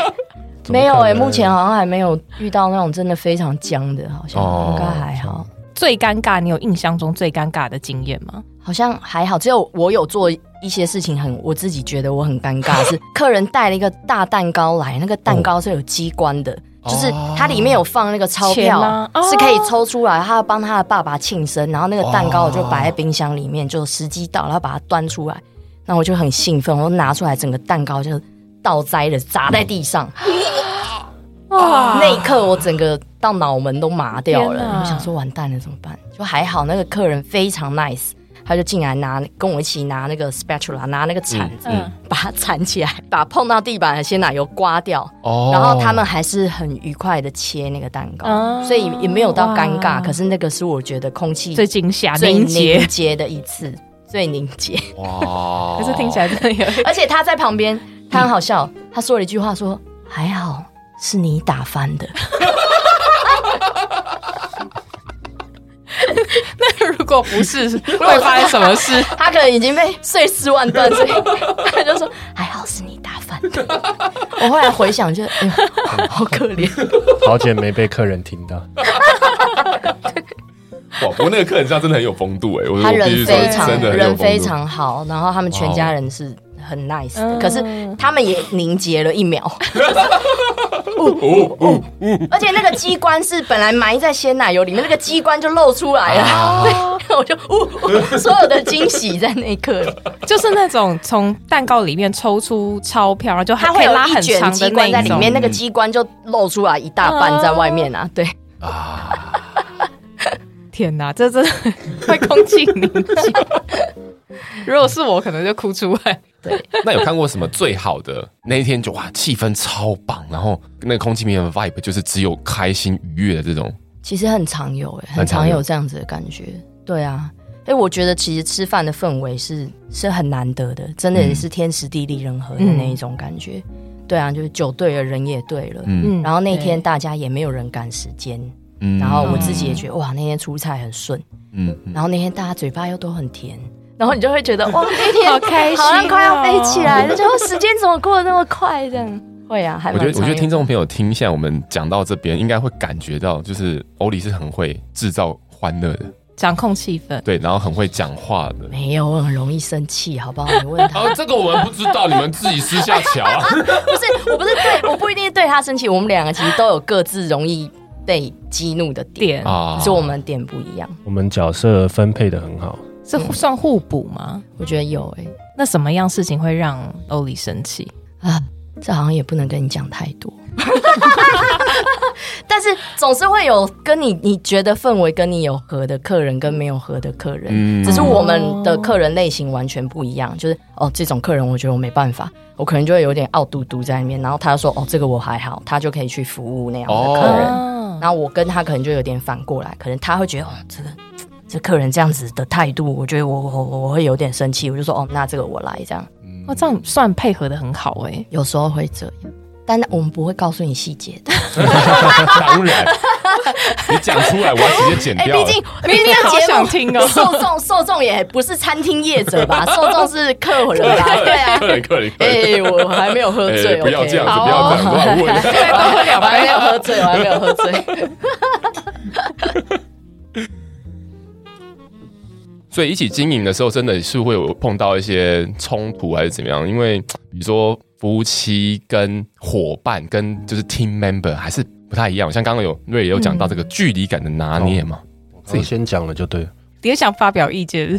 [SPEAKER 5] 怎么
[SPEAKER 4] 没有
[SPEAKER 5] 可
[SPEAKER 4] 哎、
[SPEAKER 5] 能
[SPEAKER 4] 目前好像还没有遇到那种真的非常僵的，好像、
[SPEAKER 3] 哦
[SPEAKER 4] 应该还好。
[SPEAKER 2] 最尴尬，你有印象中最尴尬的经验吗？
[SPEAKER 4] 好像还好，只有我有做一些事情很，我自己觉得我很尴尬，是客人带了一个大蛋糕来，那个蛋糕是有机关的。就是它里面有放那个钞票，
[SPEAKER 2] 钱吗哦
[SPEAKER 4] 是可以抽出来，他要帮他的爸爸庆生，然后那个蛋糕我就摆在冰箱里面，就时机到了，然后把它端出来，那我就很兴奋，我拿出来整个蛋糕就倒栽了，砸在地上，
[SPEAKER 2] 哇
[SPEAKER 4] 那一刻我整个到脑门都麻掉
[SPEAKER 2] 啊天哪
[SPEAKER 4] 了，我想说完蛋了怎么办？就还好那个客人非常 nice，他就进来拿跟我一起拿那个 spatula 拿那个铲子、
[SPEAKER 2] 嗯
[SPEAKER 4] 把它铲起来，把碰到地板的鲜奶油刮掉，
[SPEAKER 3] 哦，
[SPEAKER 4] 然后他们还是很愉快的切那个蛋糕，
[SPEAKER 2] 哦
[SPEAKER 4] 所以也没有到尴
[SPEAKER 2] 哇
[SPEAKER 4] 尬。可是那个是我觉得空气
[SPEAKER 2] 最惊吓
[SPEAKER 4] 最
[SPEAKER 2] 凝结
[SPEAKER 4] 凝，结的一次，最凝结。
[SPEAKER 3] 哇
[SPEAKER 2] 可是听起来真的有
[SPEAKER 4] 而且他在旁边，他很好笑，他说了一句话说：“还好是你打翻的。”
[SPEAKER 2] 如果不是， 会发生什么事？
[SPEAKER 4] 他可能已经被碎尸万段，所以他就说还好是你打翻的。我后来回想就，哎呦，好可 怜。
[SPEAKER 5] 好姐没被客人听到，
[SPEAKER 3] 哇，不过那个客人上真的很有风度哎、我
[SPEAKER 4] 他
[SPEAKER 3] 我必须
[SPEAKER 4] 人
[SPEAKER 3] 说
[SPEAKER 4] 非
[SPEAKER 3] 真
[SPEAKER 4] 常
[SPEAKER 3] 的很有
[SPEAKER 4] 人
[SPEAKER 3] 风度
[SPEAKER 4] 非常好，然后他们全家人是很 nice
[SPEAKER 2] 哦
[SPEAKER 4] 的，可是他们也凝结了一秒。
[SPEAKER 3] 哦
[SPEAKER 4] 而且那个机关是本来埋在鲜奶油里面，那个机关就露出来
[SPEAKER 2] 哦
[SPEAKER 4] 了， 我就呜，呜所有的惊喜在那一刻，
[SPEAKER 2] 就是那种从蛋糕里面抽出钞票，然后就
[SPEAKER 4] 它
[SPEAKER 2] 可
[SPEAKER 4] 会
[SPEAKER 2] 以
[SPEAKER 4] 有
[SPEAKER 2] 拉
[SPEAKER 4] 一
[SPEAKER 2] 很
[SPEAKER 4] 卷
[SPEAKER 2] 长
[SPEAKER 4] 机
[SPEAKER 2] 的
[SPEAKER 4] 关在
[SPEAKER 2] 那一
[SPEAKER 4] 里
[SPEAKER 2] 种。
[SPEAKER 4] 面，那个机关就露出来一大半在外面啊，对。
[SPEAKER 2] 天哪，这真的会空气凝结。如果是我，可能就哭出来。
[SPEAKER 3] 那有看过什么最好的那一天就哇，气氛超棒，然后那个空气里面的 vibe 就是只有开心愉悦的这种，
[SPEAKER 4] 其实很常有、欸，很
[SPEAKER 3] 很常
[SPEAKER 4] 常
[SPEAKER 3] 有
[SPEAKER 4] 有这样子的感觉。对啊，哎、我觉得其实吃饭的氛围是是很难得的，真的也
[SPEAKER 3] 嗯
[SPEAKER 4] 是天时地利人和的那一种感觉。对啊，就是酒对了，人也对了。
[SPEAKER 3] 嗯
[SPEAKER 4] 然后那天
[SPEAKER 2] 对
[SPEAKER 4] 大家也没有人赶时间，
[SPEAKER 3] 嗯
[SPEAKER 4] 然后我自己也觉得哇，那天出菜很顺，
[SPEAKER 3] 嗯嗯
[SPEAKER 4] 然后那天大家嘴巴又都很甜，然后你就 会觉得哇，那天
[SPEAKER 2] 好开心哦
[SPEAKER 4] 好像快要飞起来了，就时间怎么过得那么快？这样会啊，还
[SPEAKER 3] 我
[SPEAKER 4] 蛮
[SPEAKER 3] 觉得，我觉得
[SPEAKER 4] 常有
[SPEAKER 3] 听众朋友听现在我们讲到这边，应该会感觉到，就是欧里是很会制造欢乐的，
[SPEAKER 4] 嗯
[SPEAKER 2] 掌控气氛，
[SPEAKER 3] 对，然后很会讲话的。
[SPEAKER 4] 没有，我很容易生气，好不好？你问他。
[SPEAKER 3] 啊，这个我们不知道，你们自己私下瞧啊。
[SPEAKER 4] 不是，我不是对，我不一定对他生气。我们两个其实都有各自容易被激怒的点，
[SPEAKER 2] 点
[SPEAKER 3] 啊
[SPEAKER 4] 只是我们点不一样。
[SPEAKER 5] 我们角色分配的很好。
[SPEAKER 2] 这算互补吗？
[SPEAKER 4] 我觉得有哎、
[SPEAKER 2] 那什么样事情会让欧里生气？
[SPEAKER 4] 啊，这好像也不能跟你讲太多。但是总是会有跟你你觉得氛围跟你有合的客人跟没有合的客人，
[SPEAKER 3] 嗯
[SPEAKER 4] 只是我们的客人类型完全不一样。就是哦，这种客人我觉得我没办法，我可能就会有点傲嘟嘟在里面。然后他说哦，这个我还好，他就可以去服务那样的客人。
[SPEAKER 2] 哦
[SPEAKER 4] 然后我跟他可能就有点反过来，可能他会觉得哦，这个这客人这样子的态度，我觉得我我我会有点生气，我就说哦，那这个我来这样，
[SPEAKER 2] 哇，这样算配合的很好哎、
[SPEAKER 4] 有时候会这样。但我们不会告诉你细节的，
[SPEAKER 3] 当然， 你讲出来，我要直接剪掉了。
[SPEAKER 4] 哎毕竟
[SPEAKER 2] 好想听哦
[SPEAKER 4] 受众受众也不是餐厅业者吧， 受众是客人吧，对 啊，
[SPEAKER 3] 客人，客人，客
[SPEAKER 4] 哎、
[SPEAKER 3] 人，
[SPEAKER 4] 我还没有喝
[SPEAKER 3] 哎
[SPEAKER 4] 醉，
[SPEAKER 3] 不要
[SPEAKER 4] OK
[SPEAKER 3] 这样子，
[SPEAKER 4] 好
[SPEAKER 3] 不要这样，
[SPEAKER 4] 哦
[SPEAKER 3] 乱问。
[SPEAKER 4] 我还没有喝醉，我还没有喝醉。
[SPEAKER 3] 所以一起经营的时候，真的是会有碰到一些冲突还是怎么样？因为比如说夫妻跟伙伴跟就是 team member 还是不太一样。像刚刚有瑞也有讲到这个距离感的拿捏嘛，
[SPEAKER 5] 自己先讲了就对了。
[SPEAKER 2] 也想发表意见，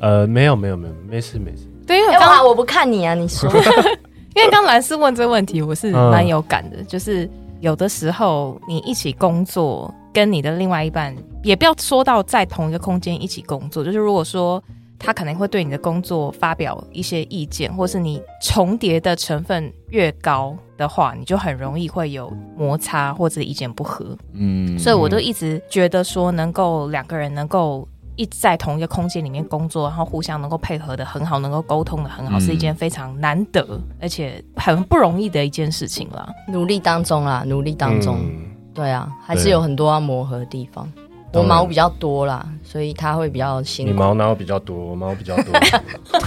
[SPEAKER 5] 呃，没有没有没有，没事没事。
[SPEAKER 2] 对，因为
[SPEAKER 4] 哎、
[SPEAKER 2] 刚、
[SPEAKER 4] 我我不看你啊，你说
[SPEAKER 2] 因为刚兰斯问这问题，我是蛮有感的，就是有的时候你一起工作，跟你的另外一半，也不要说到在同一个空间一起工作，就是如果说。他可能会对你的工作发表一些意见，或是你重叠的成分越高的话，你就很容易会有摩擦或者意见不合。
[SPEAKER 3] 嗯，
[SPEAKER 2] 所以我都一直觉得说，能够两个人能够一直在同一个空间里面工作，然后互相能够配合的很好，能够沟通的很好，
[SPEAKER 3] 嗯
[SPEAKER 2] 是一件非常难得而且很不容易的一件事情啦。
[SPEAKER 4] 努力当中啦，努力当中。
[SPEAKER 5] 嗯
[SPEAKER 4] 对啊，还是
[SPEAKER 5] 对
[SPEAKER 4] 有很多要磨合的地方。我
[SPEAKER 5] 当然
[SPEAKER 4] 毛比较多啦，所以他会比较
[SPEAKER 5] 你
[SPEAKER 4] 辛苦。
[SPEAKER 5] 毛哪有比较多？我毛比较多。
[SPEAKER 3] 哎有有有有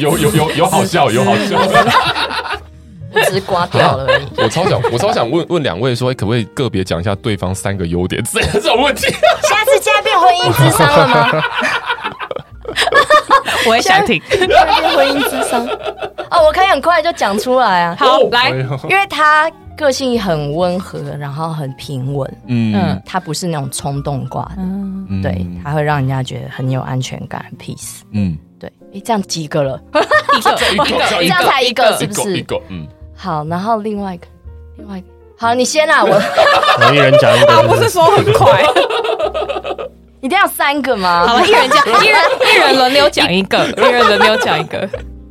[SPEAKER 3] 有有有有好笑，有好笑。
[SPEAKER 4] 我 只是刮掉了而已。
[SPEAKER 3] 我超想我超想问问两位说，哎可不可以个别讲一下对方三个优点？这这种问题，
[SPEAKER 4] 下次加变婚姻智商了吗？
[SPEAKER 2] 我也想听。
[SPEAKER 4] 加变婚姻智商哦，我可以很快就讲出来啊，
[SPEAKER 2] 好，来，
[SPEAKER 4] 因为他个性很温和，然后很平稳，
[SPEAKER 3] 嗯
[SPEAKER 2] 嗯，
[SPEAKER 4] 他不是那种冲动挂的，
[SPEAKER 2] 嗯，
[SPEAKER 3] 嗯
[SPEAKER 4] 对，他会让人家觉得很有安全感，很 peace。
[SPEAKER 3] 嗯，
[SPEAKER 4] 对，诶，这样几个了？
[SPEAKER 2] 一个
[SPEAKER 3] 一个
[SPEAKER 4] 这
[SPEAKER 3] 一
[SPEAKER 4] 样
[SPEAKER 3] 个
[SPEAKER 4] 才一个是
[SPEAKER 3] 一
[SPEAKER 4] 不
[SPEAKER 3] 个一
[SPEAKER 4] 是？
[SPEAKER 3] 个，嗯，
[SPEAKER 4] 好，然后另外一个，另外一个，好，你先啦，我
[SPEAKER 5] 我一人讲一
[SPEAKER 2] 他
[SPEAKER 5] 个。
[SPEAKER 2] 啊不是说很快，
[SPEAKER 4] 一定要三个吗？
[SPEAKER 2] 好了，一人讲，一人一人轮流讲一个，一人轮流讲一个，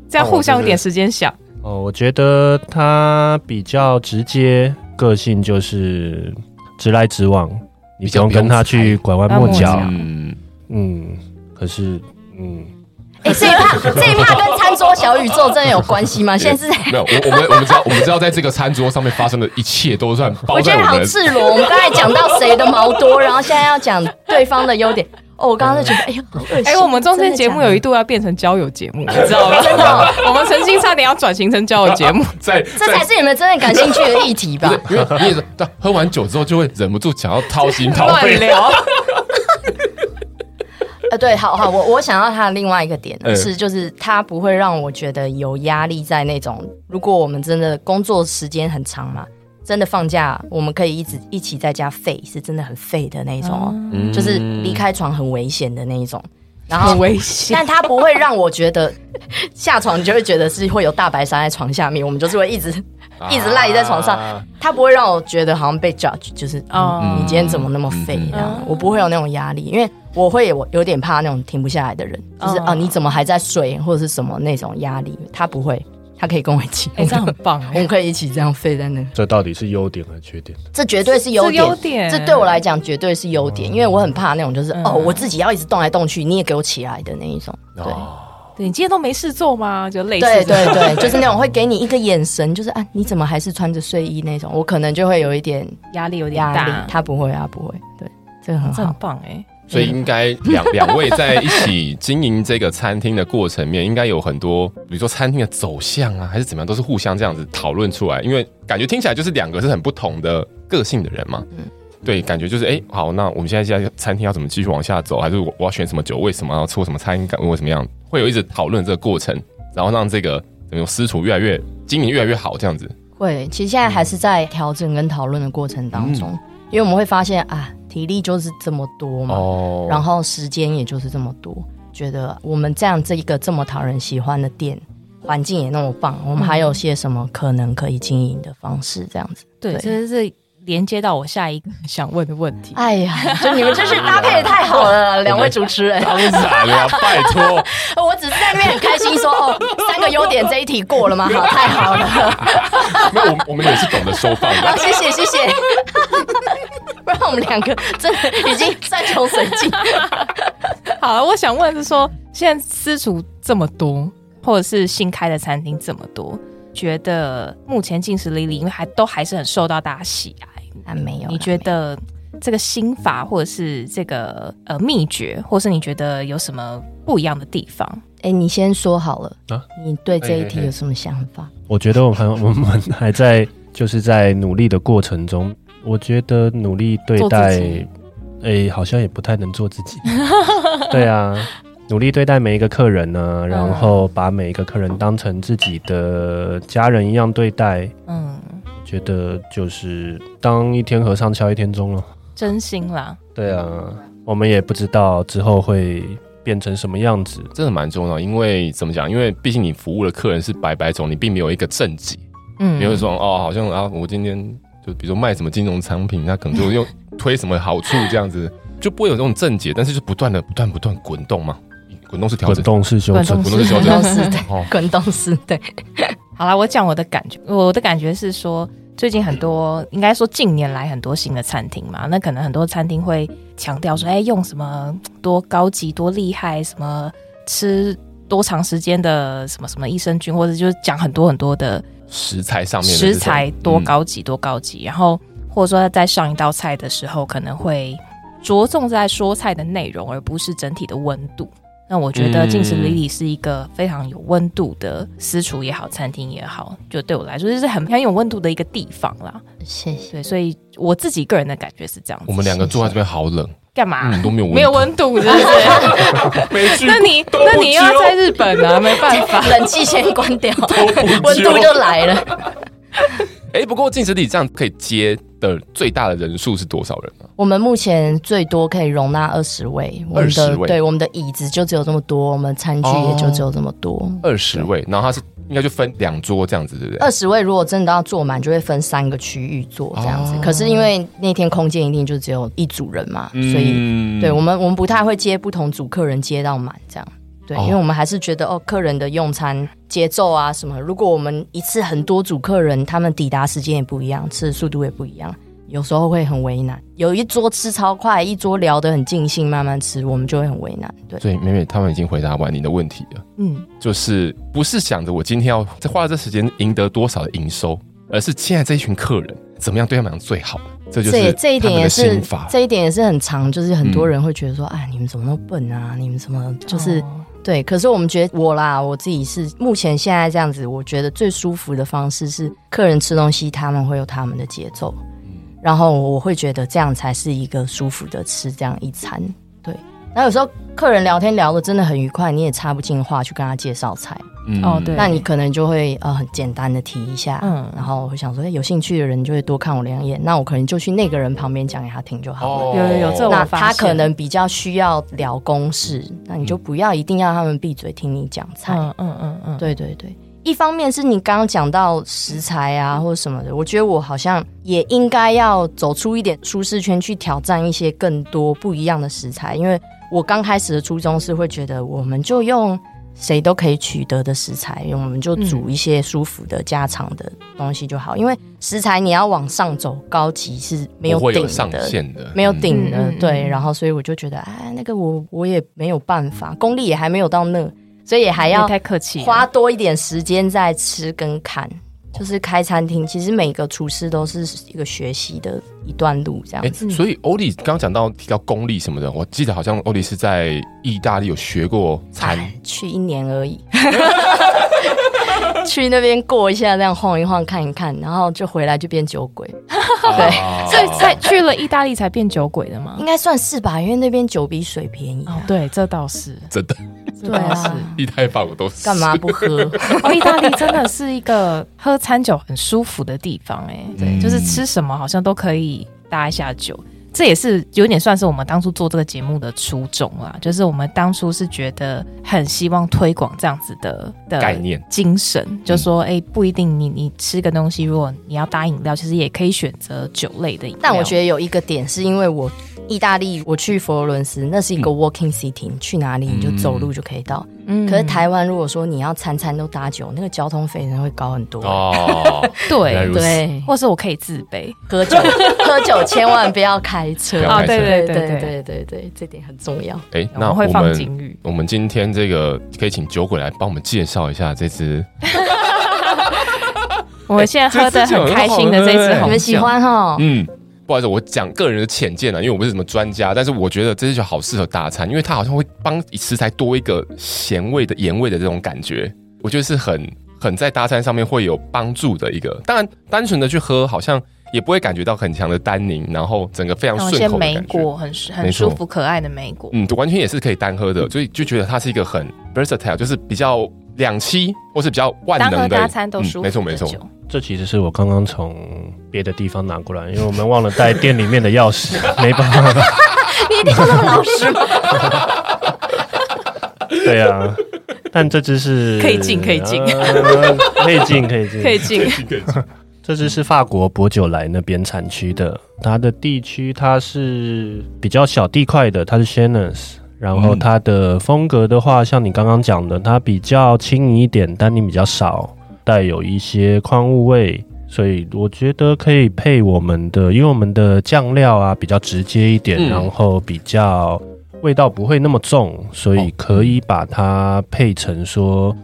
[SPEAKER 2] 这样互相有点时间想。
[SPEAKER 5] 哦，我觉得他比较直接，个性就是直来直往，你
[SPEAKER 3] 比
[SPEAKER 5] 不
[SPEAKER 3] 较
[SPEAKER 5] 用
[SPEAKER 3] 不用
[SPEAKER 5] 跟他去拐弯抹角
[SPEAKER 2] 拐弯抹。
[SPEAKER 3] 嗯，
[SPEAKER 5] 嗯，可是嗯，
[SPEAKER 4] 哎、这一趴这一趴跟餐桌小宇宙真的有关系吗？现在是在。
[SPEAKER 3] 没有，我我们我们知道，我们知道，在这个餐桌上面发生的一切都算包
[SPEAKER 4] 我觉
[SPEAKER 3] 在
[SPEAKER 4] 得
[SPEAKER 3] 我
[SPEAKER 4] 好
[SPEAKER 3] 们
[SPEAKER 4] 赤裸，我们刚才讲到谁的毛多，然后现在要讲对方的优点。哦，我刚刚就觉得，哎呦，好恶心！
[SPEAKER 2] 哎、我们中间节目有一
[SPEAKER 4] 真
[SPEAKER 2] 度要变成交友节目，你知道吗？我们曾曾经差点要转型成交友节目，
[SPEAKER 3] 在
[SPEAKER 4] 这
[SPEAKER 3] 在。
[SPEAKER 4] 才是你们真的感兴趣的议题吧？
[SPEAKER 3] 因为你也是，但喝完酒之后就会忍不住想要掏心掏
[SPEAKER 2] 乱
[SPEAKER 3] 肺。
[SPEAKER 2] 聊。
[SPEAKER 4] 呃，对，好好，我我想到他的另外一个点
[SPEAKER 3] 嗯
[SPEAKER 4] 是，就是他不会让我觉得有压力在那种，如果我们真的工作时间很长嘛，真的放假，我们可以一直一起在家废，是真的很废的那种哦，
[SPEAKER 3] 嗯
[SPEAKER 4] 就是离开床很危险的那一种。然后
[SPEAKER 2] 很危险
[SPEAKER 4] 但他不会让我觉得 下床就会觉得是会有大白鲨在床下面，我们就是会一直一直赖在床上，
[SPEAKER 3] 啊
[SPEAKER 4] 他不会让我觉得好像被 judge，就是
[SPEAKER 2] 哦
[SPEAKER 4] 嗯你今天怎么那么废这样，我不会有那种压力，因为我会有有点怕那种停不下来的人，就是
[SPEAKER 2] 哦
[SPEAKER 4] 啊你怎么还在睡或者是什么那种压力，他不会，他可以跟我一起，
[SPEAKER 2] 哎、这样很棒
[SPEAKER 4] 我们可以一起这样废在那，
[SPEAKER 5] 这到底是优点还是缺点？
[SPEAKER 4] 这绝对是优
[SPEAKER 2] 是优点
[SPEAKER 4] 这对我来讲绝对是优点，因为我很怕那种就是
[SPEAKER 2] 嗯
[SPEAKER 4] 哦我自己要一直动来动去，你也给我起来的那一种，对。
[SPEAKER 2] 对你今天都没事做吗？就类似
[SPEAKER 4] 对
[SPEAKER 2] 这
[SPEAKER 4] 对
[SPEAKER 2] 种
[SPEAKER 4] 对，就是那种会给你一个眼神，就是啊，你怎么还是穿着睡衣那种？我可能就会有一点
[SPEAKER 2] 压力有点
[SPEAKER 4] 压力
[SPEAKER 2] 大，。
[SPEAKER 4] 他不会，他不会，对，这个很
[SPEAKER 2] 这很
[SPEAKER 4] 好。
[SPEAKER 2] 棒哎、
[SPEAKER 3] 所以应该两 两位在一起经营这个餐厅的过程面，应该有很多，比如说餐厅的走向啊，还是怎么样，都是互相这样子讨论出来。因为感觉听起来就是两个是很不同的个性的人嘛。对，感觉就是哎、好，那我们现在现在餐厅要怎么继续往下走？还是我我要选什么酒？为什么要做什么餐？感为什么样？会有一直讨论这个过程，然后让这个怎么样私厨越来越经营越来越好这样子。
[SPEAKER 4] 会，其实现在还是在调整跟讨论的过程当中，
[SPEAKER 3] 嗯
[SPEAKER 4] 因为我们会发现啊，体力就是这么多 嘛，
[SPEAKER 3] 哦
[SPEAKER 4] 然后时间也就是这么多，觉得我们这样这一个这么讨人喜欢的店，环境也那么棒，我们还
[SPEAKER 2] 嗯
[SPEAKER 4] 有些什么可能可以经营的方式？这样子，
[SPEAKER 2] 对，这是连接到我下一个想问的问题。
[SPEAKER 4] 哎呀， 就你们真是搭配的太好 了啦，两位主持人。
[SPEAKER 3] 当然了，拜托，
[SPEAKER 4] 我只是在那边很开心说，哦，三个优点这一题过了吗？好，太好了，
[SPEAKER 3] 没有我们我们也是懂得收放的。
[SPEAKER 4] 好，谢谢谢 谢。不然我们两个真的已经山穷水 尽。
[SPEAKER 2] 好了，我想问的是说，现在私厨这么多，或者是新开的餐厅这么多，觉得目前进食 Lily 因为还都还是很受到大家喜爱，
[SPEAKER 4] 啊，没有啦，
[SPEAKER 2] 你觉得这个心法或者是这个呃秘诀，或是你觉得有什么不一样的地方？
[SPEAKER 4] 哎、你先说好了，
[SPEAKER 5] 啊
[SPEAKER 4] 你对这一题
[SPEAKER 5] 哎哎哎
[SPEAKER 4] 有什么想法？
[SPEAKER 5] 我觉得我们 我们还在就是在努力的过程中，我觉得努力对待
[SPEAKER 2] 做自己，
[SPEAKER 5] 诶、好像也不太能做自 己。对啊，努力对待每一个客人呢、
[SPEAKER 2] 嗯
[SPEAKER 5] 然后把每一个客人当成自己的家人一样对待，
[SPEAKER 2] 嗯，
[SPEAKER 5] 觉得就是当一天和尚敲一天钟了。
[SPEAKER 2] 真心啦，
[SPEAKER 5] 对啊，我们也不知道之后会变成什么样子。
[SPEAKER 3] 真的蛮重要，因为怎么讲？因为毕竟你服务的客人是百百种，你并没有一个正解，
[SPEAKER 2] 嗯
[SPEAKER 3] 没有说哦，好像啊，我今天就比如说卖什么金融产品，那可能就又推什么好处这样子，就不会有这种正解，但是就不断的不断不断滚动嘛，滚动是调
[SPEAKER 5] 滚
[SPEAKER 3] 整，
[SPEAKER 5] 动式修
[SPEAKER 2] 滚
[SPEAKER 5] 正
[SPEAKER 3] 滚
[SPEAKER 2] 动，
[SPEAKER 3] 动 是调
[SPEAKER 4] 滚
[SPEAKER 3] 整
[SPEAKER 4] 动式对，
[SPEAKER 3] 哦，
[SPEAKER 4] 滚动式对，
[SPEAKER 2] 好啦，我讲我的感觉，我的感觉是说，最近很多，应该说近年来很多新的餐厅嘛，那可能很多餐厅会强调说，哎、用什么多高级、多厉害，什么吃多长时间的什么什么益生菌，或者就是讲很多很多的
[SPEAKER 3] 食材上面的
[SPEAKER 2] 食材
[SPEAKER 3] 这种嗯
[SPEAKER 2] 多、高级、多高级，然后或者说在上一道菜的时候，可能会着重在说菜的内容，而不是整体的温度。那我觉得
[SPEAKER 3] 嗯
[SPEAKER 2] 进食里里是一个非常有温度的私厨也好，餐厅也好，就对我来说就是很很有温度的一个地方啦。
[SPEAKER 4] 谢谢。
[SPEAKER 2] 对，所以我自己个人的感觉是这样
[SPEAKER 3] 嗯
[SPEAKER 2] 子。
[SPEAKER 3] 我们两个坐在这边好冷，
[SPEAKER 2] 干嘛？
[SPEAKER 3] 嗯，都没有
[SPEAKER 2] 没有温度，是不是？
[SPEAKER 3] 没去
[SPEAKER 2] 那你
[SPEAKER 3] 都不
[SPEAKER 2] 那你要
[SPEAKER 3] 揪
[SPEAKER 2] 在日本 啊，没办法。
[SPEAKER 4] 冷气先关掉，
[SPEAKER 3] 不
[SPEAKER 4] 温度
[SPEAKER 3] 揪
[SPEAKER 4] 就来了。
[SPEAKER 3] 哎、不过进食里这样可以接的最大的人数是多少人啊？
[SPEAKER 4] 我们目前最多可以容纳二十位，我们的
[SPEAKER 3] 20位
[SPEAKER 4] 对我们的椅子就只有这么多，我们餐具也就只有这么多。
[SPEAKER 3] 二十位，然后他是应该就分两桌这样子，对不对？
[SPEAKER 4] 二十位如果真的要坐满，就会分三个区域坐这样子。
[SPEAKER 3] 哦
[SPEAKER 4] 可是因为那天空间一定就只有一组人嘛，所以
[SPEAKER 3] 嗯
[SPEAKER 4] 对我们，我们不太会接不同组客人接到满这样。对，
[SPEAKER 3] 哦
[SPEAKER 4] 因为我们还是觉得哦，客人的用餐节奏啊什么，如果我们一次很多组客人，他们抵达时间也不一样，吃的速度也不一样，有时候会很为难。有一桌吃超快，一桌聊得很尽兴，慢慢吃，我们就会很为难。对，
[SPEAKER 3] 所以美美他们已经回答完你的问题了。
[SPEAKER 2] 嗯，
[SPEAKER 3] 就是不是想着我今天要再花了这时间赢得多少的营收，而是现在这一群客人怎么样对他们讲最好，这就
[SPEAKER 4] 这也
[SPEAKER 3] 是
[SPEAKER 4] 这一点
[SPEAKER 3] 他们
[SPEAKER 4] 也
[SPEAKER 3] 的
[SPEAKER 4] 是
[SPEAKER 3] 心法，
[SPEAKER 4] 啊这一点也是很长，就是很多人会觉得说，哎，你们怎么那么笨啊？你们怎么就是、
[SPEAKER 2] 哦
[SPEAKER 4] 对，可是我们觉得我啦，我自己是目前现在这样子，我觉得最舒服的方式是客人吃东西，他们会有他们的节奏，
[SPEAKER 3] 嗯
[SPEAKER 4] 然后我会觉得这样才是一个舒服的吃这样一餐。对，然后有时候客人聊天聊的真的很愉快，你也插不进话去跟他介绍菜，
[SPEAKER 3] 嗯
[SPEAKER 2] 哦对
[SPEAKER 4] 那你可能就会呃很简单的提一下，
[SPEAKER 2] 嗯
[SPEAKER 4] 然后我会想说，哎，有兴趣的人就会多看我两眼，那我可能就去那个人旁边讲给他听就好了。
[SPEAKER 3] 哦
[SPEAKER 2] 有有有这我
[SPEAKER 4] 那
[SPEAKER 2] 发
[SPEAKER 4] 他
[SPEAKER 2] 现
[SPEAKER 4] 可能比较需要聊公事，那你就不要一定要他们闭嘴听你讲菜。
[SPEAKER 2] 嗯嗯嗯嗯，
[SPEAKER 4] 对对对，一方面是你刚刚讲到食材啊或者什么的，我觉得我好像也应该要走出一点舒适圈，去挑战一些更多不一样的食材。因为我刚开始的初衷是会觉得，我们就用谁都可以取得的食材，我们就
[SPEAKER 3] 嗯
[SPEAKER 4] 煮一些舒服的、家常的东西就好。因为食材你要往上走，高级是没
[SPEAKER 3] 不会
[SPEAKER 4] 顶
[SPEAKER 3] 有上
[SPEAKER 4] 的，
[SPEAKER 3] 限的，
[SPEAKER 4] 没有
[SPEAKER 3] 嗯
[SPEAKER 4] 顶的，
[SPEAKER 2] 嗯嗯嗯
[SPEAKER 4] 对，然后所以我就觉得，哎，那个我我也没有办法，功力也还没有到那，所以也还
[SPEAKER 2] 不
[SPEAKER 4] 要
[SPEAKER 2] 太客气了，
[SPEAKER 4] 花多一点时间在吃跟看。就是开餐厅，其实每个厨师都是一个学习的一段路，这
[SPEAKER 3] 哎
[SPEAKER 4] 样子。，
[SPEAKER 3] 所以欧丽刚刚讲到提到功力什么的，我记得好像欧丽是在意大利有学过餐，
[SPEAKER 4] 哎去一年而已， 去那边过一下，这样晃一晃，看一看，然后就回来就变酒鬼，
[SPEAKER 3] 对
[SPEAKER 2] 所以才 去了意大利才变酒鬼的吗
[SPEAKER 4] 应？该算是吧，因为那边酒比水便宜啊、
[SPEAKER 2] 哦，对，这倒是，
[SPEAKER 3] 真的
[SPEAKER 2] 这
[SPEAKER 4] 对
[SPEAKER 2] 倒是。
[SPEAKER 4] 啊，
[SPEAKER 3] 意大利、法国都是
[SPEAKER 4] 干嘛不 喝？
[SPEAKER 2] 哦，意大利真的是一个喝餐酒很舒服的地方、哎，对，
[SPEAKER 3] 嗯
[SPEAKER 2] 就是吃什么好像都可以搭一下酒，这也是有点算是我们当初做这个节目的初衷啦，就是我们当初是觉得很希望推广这样子的的
[SPEAKER 3] 概念
[SPEAKER 2] 精神，
[SPEAKER 4] 嗯
[SPEAKER 2] 就说，哎、不一定你你吃个东西，如果你要搭饮料，其实也可以选择酒类的饮料，
[SPEAKER 4] 但我觉得有一个点是因为我意大利，我去佛罗伦斯，那是一个 walking city，、你去哪里你就走路就可以到。
[SPEAKER 2] 嗯
[SPEAKER 4] 可是台湾如果说你要餐餐都搭酒，那个交通费真的会高很多。
[SPEAKER 3] 哦， 原来
[SPEAKER 2] 对
[SPEAKER 4] 嗯
[SPEAKER 3] 如此
[SPEAKER 4] 对，
[SPEAKER 2] 或是我可以自卑，
[SPEAKER 4] 喝 酒喝酒千万不要开车
[SPEAKER 3] 不。要开车
[SPEAKER 2] 对对对
[SPEAKER 4] 对
[SPEAKER 2] 对
[SPEAKER 4] 对对对，这点很重要。
[SPEAKER 3] 哎、那
[SPEAKER 2] 我们
[SPEAKER 3] 我
[SPEAKER 2] 会放警
[SPEAKER 3] 们
[SPEAKER 2] 语。
[SPEAKER 3] 我们今天这个可以请酒鬼来帮我们介绍一下这支，
[SPEAKER 2] 我们现在喝的很开心的
[SPEAKER 3] 这
[SPEAKER 2] 这
[SPEAKER 3] 支酒很好喝哎
[SPEAKER 2] 支红酒，
[SPEAKER 4] 你们喜欢哈？
[SPEAKER 3] 嗯。不好意思，我讲个人的浅见啊，因为我不是什么专家，但是我觉得这支酒好适合大餐，因为它好像会帮食材多一个咸味的、盐味的这种感觉，我觉得是很很在大餐上面会有帮助的一个。当然，单纯的去喝好像也不会感觉到很强的单宁，然后整个非常
[SPEAKER 2] 有一
[SPEAKER 3] 顺
[SPEAKER 2] 些
[SPEAKER 3] 口的
[SPEAKER 2] 梅
[SPEAKER 3] 感觉。
[SPEAKER 2] 果很舒
[SPEAKER 3] 没
[SPEAKER 2] 很
[SPEAKER 3] 错
[SPEAKER 2] 舒服可爱的梅果，
[SPEAKER 3] 嗯，完全也是可以单喝的，所以就觉得它是一个很 versatile，就是比较两栖或是比较万
[SPEAKER 2] 当
[SPEAKER 3] 能
[SPEAKER 2] 喝
[SPEAKER 3] 的。嗯
[SPEAKER 2] 大餐都舒服、
[SPEAKER 3] 没错没错。。
[SPEAKER 5] 这其实是我刚刚从别的地方拿过来，因为我们忘了带店里面的 钥匙，没办法。
[SPEAKER 4] 你一定要当老师吗？
[SPEAKER 5] 对啊，但这只是
[SPEAKER 2] 可以进可以进
[SPEAKER 5] 呃可以进，可以进，
[SPEAKER 2] 可以 进，
[SPEAKER 5] 这支是法国博久莱那边产区的，它的地区它是比较小地块的，它是 s h a n n o s 然后
[SPEAKER 3] 嗯
[SPEAKER 5] 它的风格的话，像你刚刚讲的，它比较轻盈一点，单宁比较少，带有一些矿物味，所以我觉得可以配我们的，因为我们的酱料啊比较直接一点，
[SPEAKER 3] 嗯
[SPEAKER 5] 然后比较味道不会那么重，所以可以把它配成说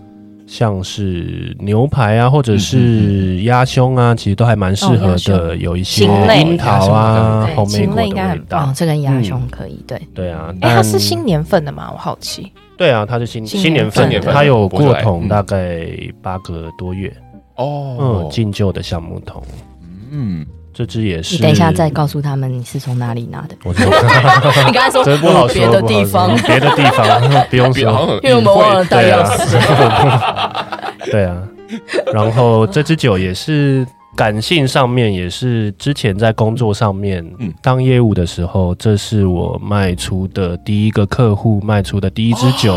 [SPEAKER 5] 像是牛排啊，或者是鸭胸啊，其实都还蛮适合
[SPEAKER 2] 哦
[SPEAKER 5] 的。有一些
[SPEAKER 2] 禽类
[SPEAKER 5] 樱桃啊
[SPEAKER 3] 对、
[SPEAKER 5] 红莓
[SPEAKER 2] 禽
[SPEAKER 5] 果
[SPEAKER 2] 类
[SPEAKER 5] 的
[SPEAKER 2] 应该
[SPEAKER 5] 味
[SPEAKER 2] 很
[SPEAKER 5] 道
[SPEAKER 4] 哦，。这跟鸭胸可以，对，
[SPEAKER 5] 对啊，
[SPEAKER 2] 哎、它
[SPEAKER 5] 但
[SPEAKER 2] 是新年份的吗？我好奇。
[SPEAKER 5] 对啊，它是新
[SPEAKER 2] 新
[SPEAKER 5] 新年份
[SPEAKER 2] 年
[SPEAKER 5] 的，
[SPEAKER 2] 份的
[SPEAKER 5] 它有
[SPEAKER 3] 博酒
[SPEAKER 5] 过
[SPEAKER 3] 来
[SPEAKER 5] 桶
[SPEAKER 3] 嗯
[SPEAKER 5] 大概八个多月，
[SPEAKER 3] 哦
[SPEAKER 5] 嗯，，进旧的橡木桶，
[SPEAKER 3] 嗯，
[SPEAKER 5] 这支也是。
[SPEAKER 4] 你等一下再告诉他们你是从哪里拿的。
[SPEAKER 5] 我知道。
[SPEAKER 4] 你刚才说
[SPEAKER 5] 这不好
[SPEAKER 4] 嗯
[SPEAKER 5] 说，
[SPEAKER 4] 别的地
[SPEAKER 5] 不
[SPEAKER 4] 方
[SPEAKER 5] 好，说别的地方 不用
[SPEAKER 3] 别好像
[SPEAKER 5] 说，
[SPEAKER 3] 很
[SPEAKER 4] 因为我们
[SPEAKER 3] 隐晦
[SPEAKER 4] 忘了带
[SPEAKER 5] 对
[SPEAKER 4] 钥
[SPEAKER 5] 啊
[SPEAKER 4] 匙。，
[SPEAKER 5] 对啊。然后这支酒也是感性上面，也是之前在工作上面，
[SPEAKER 3] 嗯
[SPEAKER 5] 当业务的时候，这是我卖出的第一个客户卖出的第一支酒。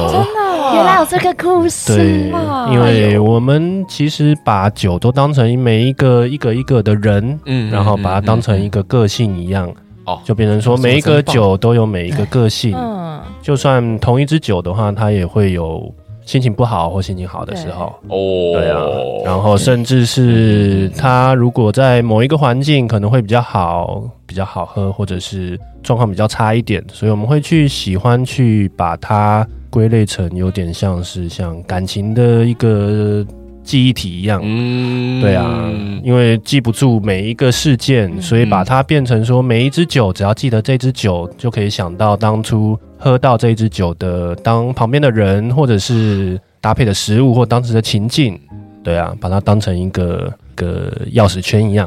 [SPEAKER 4] 原来有这个故
[SPEAKER 5] 对
[SPEAKER 4] 事，，
[SPEAKER 5] 因为我们其实把酒都当成每一个一个一个的人，
[SPEAKER 3] 嗯
[SPEAKER 5] 然后把它当成一个个性一样，
[SPEAKER 3] 哦，
[SPEAKER 5] 就变成说每一
[SPEAKER 3] 这么
[SPEAKER 5] 个
[SPEAKER 3] 真棒
[SPEAKER 5] 酒都有每一个个性，
[SPEAKER 2] 嗯，
[SPEAKER 5] 就算同一支酒的话，它也会有心情不好或心情好的时候。
[SPEAKER 3] 哦，
[SPEAKER 5] 对啊，然后甚至是它如果在某一个环境可能会比较好，比较好喝，或者是状况比较差一点，所以我们会去喜欢去把它归类成有点像是像感情的一个记忆体一样。
[SPEAKER 3] 嗯
[SPEAKER 5] 对啊，因为记不住每一个事件，所以把它变成说，每一支酒只要记得这支酒，就可以想到当初喝到这支酒的，当旁边的人，或者是搭配的食物，或当时的情境。对啊，把它当成一个一个钥匙圈一样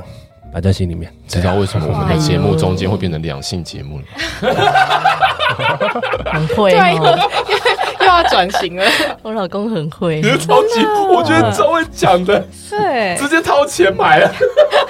[SPEAKER 5] 摆在心里面。
[SPEAKER 3] 知道为什么我们的节目中间会变成两性节目了吗？
[SPEAKER 4] 很会
[SPEAKER 2] 对
[SPEAKER 4] 哦，
[SPEAKER 2] 又要转型了，
[SPEAKER 4] 我老公很会
[SPEAKER 3] 你。是超级，
[SPEAKER 4] 啊
[SPEAKER 3] 我觉得超会讲的，
[SPEAKER 2] 对，
[SPEAKER 3] 直接掏钱买啊了。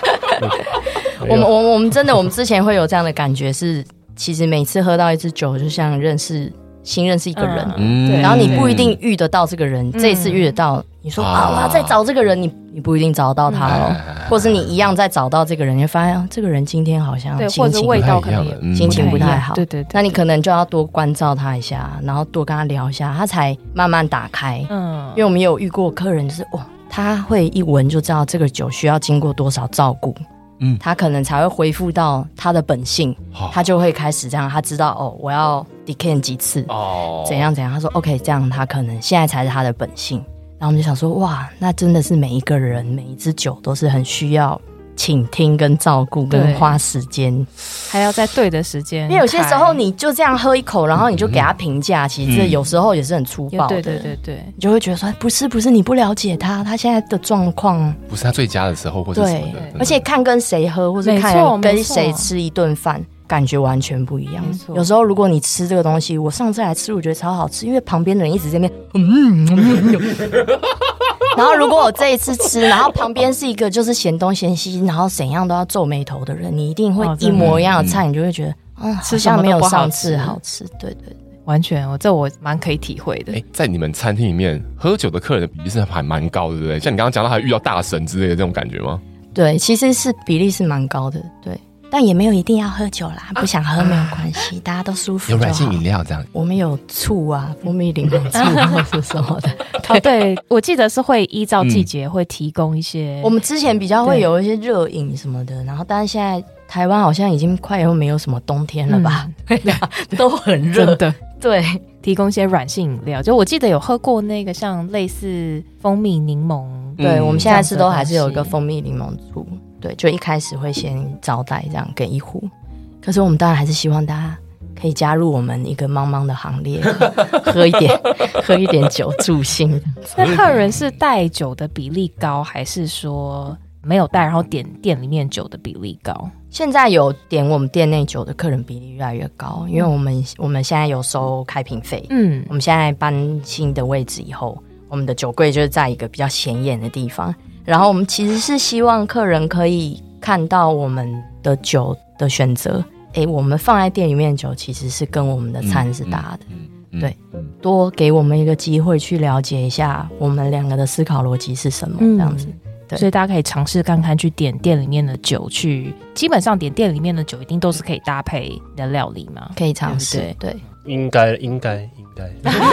[SPEAKER 3] 哎
[SPEAKER 4] 我们我们我们真的，我们之前会有这样的感觉是，其实每次喝到一支酒，就像认识新认识一个人，
[SPEAKER 3] 嗯
[SPEAKER 2] 对
[SPEAKER 4] 然后你不一定遇得到这个人，这一次
[SPEAKER 2] 嗯
[SPEAKER 4] 遇得到，你说
[SPEAKER 3] 啊嗯
[SPEAKER 4] 啊，我要再找这个人，你你不一定找到
[SPEAKER 3] 哎
[SPEAKER 4] 他哦，或是你一样再找到这个人，你会发现啊这个人今天好像
[SPEAKER 2] 对，
[SPEAKER 4] 心
[SPEAKER 2] 或者
[SPEAKER 4] 情
[SPEAKER 2] 味道
[SPEAKER 3] 不
[SPEAKER 2] 可
[SPEAKER 3] 太一样
[SPEAKER 2] 能
[SPEAKER 3] 了
[SPEAKER 2] 也
[SPEAKER 3] 嗯
[SPEAKER 4] 心情不太
[SPEAKER 2] 一样
[SPEAKER 4] 好
[SPEAKER 2] 对对对，
[SPEAKER 4] 那你可能就要多关照他一下，然后多跟他聊一下，他才慢慢打开。
[SPEAKER 2] 嗯
[SPEAKER 4] 因为我们也有遇过客人，就是哇，他会一闻就知道这个酒需要经过多少照顾，
[SPEAKER 3] 嗯
[SPEAKER 4] 嗯，他可能才会恢复到他的本性，
[SPEAKER 3] 好
[SPEAKER 4] 他就会开始这样，他知道哦，我要 decant 几次，
[SPEAKER 3] 哦
[SPEAKER 4] 怎？样怎样。他说 OK，这样他可能现在才是他的本性。然后我们就想说，哇，那真的是每一个人每一支酒都是很需要倾听跟照顾跟
[SPEAKER 2] 对
[SPEAKER 4] 花时间，
[SPEAKER 2] 还要在对的时间开，
[SPEAKER 4] 因为有些时候你就这样喝一口，然后你就给他评价，其实这有时候也是很粗
[SPEAKER 2] 也
[SPEAKER 4] 暴
[SPEAKER 2] 对
[SPEAKER 4] 的。
[SPEAKER 2] 对对对，
[SPEAKER 4] 你就会觉得说，不是不是，你不了解他，他现在的状况，
[SPEAKER 3] 不是他最佳的时候，或者什
[SPEAKER 4] 对
[SPEAKER 3] 么的，，
[SPEAKER 4] 而且看跟谁喝，或是
[SPEAKER 2] 没错
[SPEAKER 4] 看跟
[SPEAKER 2] 没错
[SPEAKER 4] 谁吃一顿饭，感觉完全不一样
[SPEAKER 2] 没。错
[SPEAKER 4] 有时候如果你吃这个东西，我上次来吃，我觉得超好吃，因为旁边的人一直在那边，嗯。嗯嗯嗯 然后，如果我这一次吃，然后旁边是一个就是嫌东嫌西，然后怎样都要皱眉头的人，你一定会
[SPEAKER 2] 哦真
[SPEAKER 4] 一
[SPEAKER 2] 的
[SPEAKER 4] 模一样的菜，你就会觉得，嗯，好
[SPEAKER 2] 吃什么
[SPEAKER 4] 像
[SPEAKER 2] 都
[SPEAKER 4] 没有
[SPEAKER 2] 不好
[SPEAKER 4] 上次
[SPEAKER 2] 吃
[SPEAKER 4] 好吃。对对
[SPEAKER 2] 完全，我这我蛮可以体会的
[SPEAKER 3] 哎、。在你们餐厅里面喝酒的客人的比例是还蛮高的，对不对？像你刚刚讲到，还遇到大神之类的这种感觉吗？
[SPEAKER 4] 对，其实是比例是蛮高的，对，但也没有一定要喝酒啦，不想喝没有关系，大家都舒服就好。
[SPEAKER 3] 料这样，
[SPEAKER 4] 我们有醋啊，蜂蜜柠 檬醋或是什么的。
[SPEAKER 2] 哦， 对，嗯我记得是会依照季节会提供一些，
[SPEAKER 4] 我们之前比较会有一些热饮什么的，然后但是现在台湾好像已经快要没有什么冬天了吧？ 对啊，都很热
[SPEAKER 2] 真。的
[SPEAKER 4] 对，
[SPEAKER 2] 提供一些软性饮料。就我记得有喝过那个像类似蜂蜜柠檬，
[SPEAKER 4] 对，我们现在是都还是有一
[SPEAKER 2] 嗯这样子的东
[SPEAKER 4] 个
[SPEAKER 2] 西
[SPEAKER 4] 蜂蜜柠檬醋，对，就一开始会先招待这样给一壶，可是我们当然还是希望大家可以加入我们一个茫茫的行列， 喝一点喝一点酒助兴。
[SPEAKER 2] 那客人是带酒的比例高，还是说没有带，然后点店里面酒的比例高？
[SPEAKER 4] 现在有点我们店内酒的客人比例越来越高，因为我们我们现在有收开瓶费，
[SPEAKER 2] 嗯
[SPEAKER 4] 我们现在搬新的位置以后，我们的酒柜就是在一个比较显眼的地方。然后我们其实是希望客人可以看到我们的酒的选择。诶，我们放在店里面的酒其实是跟我们的餐是搭的，
[SPEAKER 3] 嗯，
[SPEAKER 4] 对多给我们一个机会去了解一下我们两个的思考逻辑是什么，
[SPEAKER 2] 嗯
[SPEAKER 4] 这样子。对
[SPEAKER 2] 所以大家可以尝试看看，去点店里面的酒，去基本上点店里面的酒一定都是可以搭配你的料理嘛。
[SPEAKER 4] 可以尝试，
[SPEAKER 2] 对
[SPEAKER 4] 对，
[SPEAKER 5] 应该应该应 该，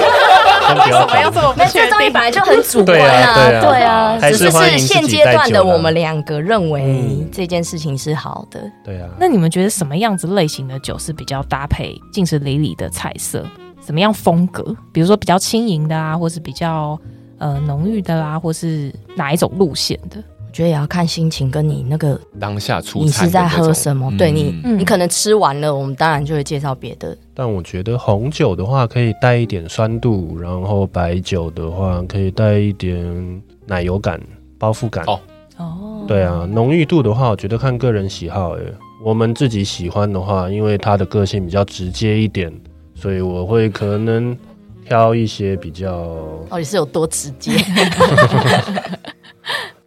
[SPEAKER 5] 为什么要这么
[SPEAKER 4] 那这东西本来就很主观
[SPEAKER 5] 对啊对啊
[SPEAKER 4] 对啊，
[SPEAKER 5] 还
[SPEAKER 4] 只
[SPEAKER 5] 是
[SPEAKER 4] 是
[SPEAKER 5] 欢迎
[SPEAKER 4] 是
[SPEAKER 5] 自己
[SPEAKER 4] 现阶
[SPEAKER 5] 带
[SPEAKER 4] 段
[SPEAKER 5] 酒
[SPEAKER 4] 的
[SPEAKER 5] 啦
[SPEAKER 4] 我们两个认为
[SPEAKER 5] 嗯
[SPEAKER 4] 这件事情是好的，
[SPEAKER 5] 对啊，
[SPEAKER 2] 那你们觉得什么样子类型的酒是比较搭配近食里里的菜色？什么样风格？比如说比较轻盈的啊，或是比较呃浓郁的啦、或是哪一种路线的？
[SPEAKER 4] 我觉得也要看心情跟你那个
[SPEAKER 3] 当下出
[SPEAKER 4] 你
[SPEAKER 3] 餐
[SPEAKER 4] 是
[SPEAKER 3] 的
[SPEAKER 4] 在
[SPEAKER 3] 那种
[SPEAKER 4] 喝什么，对你，
[SPEAKER 2] 嗯
[SPEAKER 4] 你可能吃完了，我们当然就会介绍别的。
[SPEAKER 5] 但我觉得红酒的话可以带一点酸度，然后白酒的话可以带一点奶油感、包覆感。
[SPEAKER 3] 哦
[SPEAKER 2] 哦，
[SPEAKER 5] 对啊，浓郁度的话，我觉得看个人喜好、欸。我们自己喜欢的话，因为他的个性比较直接一点，所以我会可能挑一些比较
[SPEAKER 4] 到底哦是有多直 接？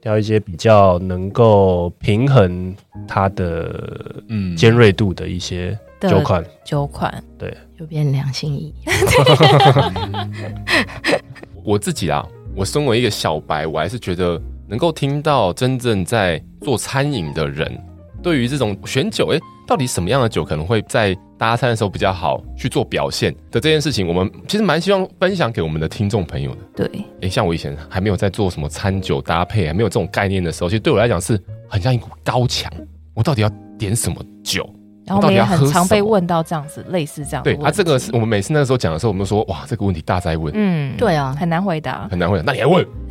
[SPEAKER 5] 挑一些比较能够平衡它的
[SPEAKER 3] 嗯
[SPEAKER 5] 尖锐度的一些
[SPEAKER 2] 的
[SPEAKER 5] 酒款。
[SPEAKER 2] 酒款，
[SPEAKER 4] 有变良心意，
[SPEAKER 3] 我自己啊，我身为一个小白，我还是觉得能够听到真正在做餐饮的人，对于这种选酒，诶，到底什么样的酒可能会在搭餐的时候比较好去做表现的这件事情，我们其实蛮希望分享给我们的听众朋友的。
[SPEAKER 2] 对，
[SPEAKER 3] 诶，像我以前还没有在做什么餐酒搭配，还没有这种概念的时候，其实对我来讲是很像一股高墙，我到底要点什么酒？
[SPEAKER 2] 然后我们也
[SPEAKER 3] 到底要喝
[SPEAKER 2] 很常
[SPEAKER 3] 什
[SPEAKER 2] 被
[SPEAKER 3] 么
[SPEAKER 2] 问到这样子类似这样的
[SPEAKER 3] 对
[SPEAKER 2] 问
[SPEAKER 3] 啊，这个
[SPEAKER 2] 题
[SPEAKER 3] 是我们每次那个时候讲的时候，我们都说哇，这个问题大灾问，
[SPEAKER 2] 嗯，
[SPEAKER 4] 对啊
[SPEAKER 2] 很难回答。
[SPEAKER 3] 很难回答。那你还问？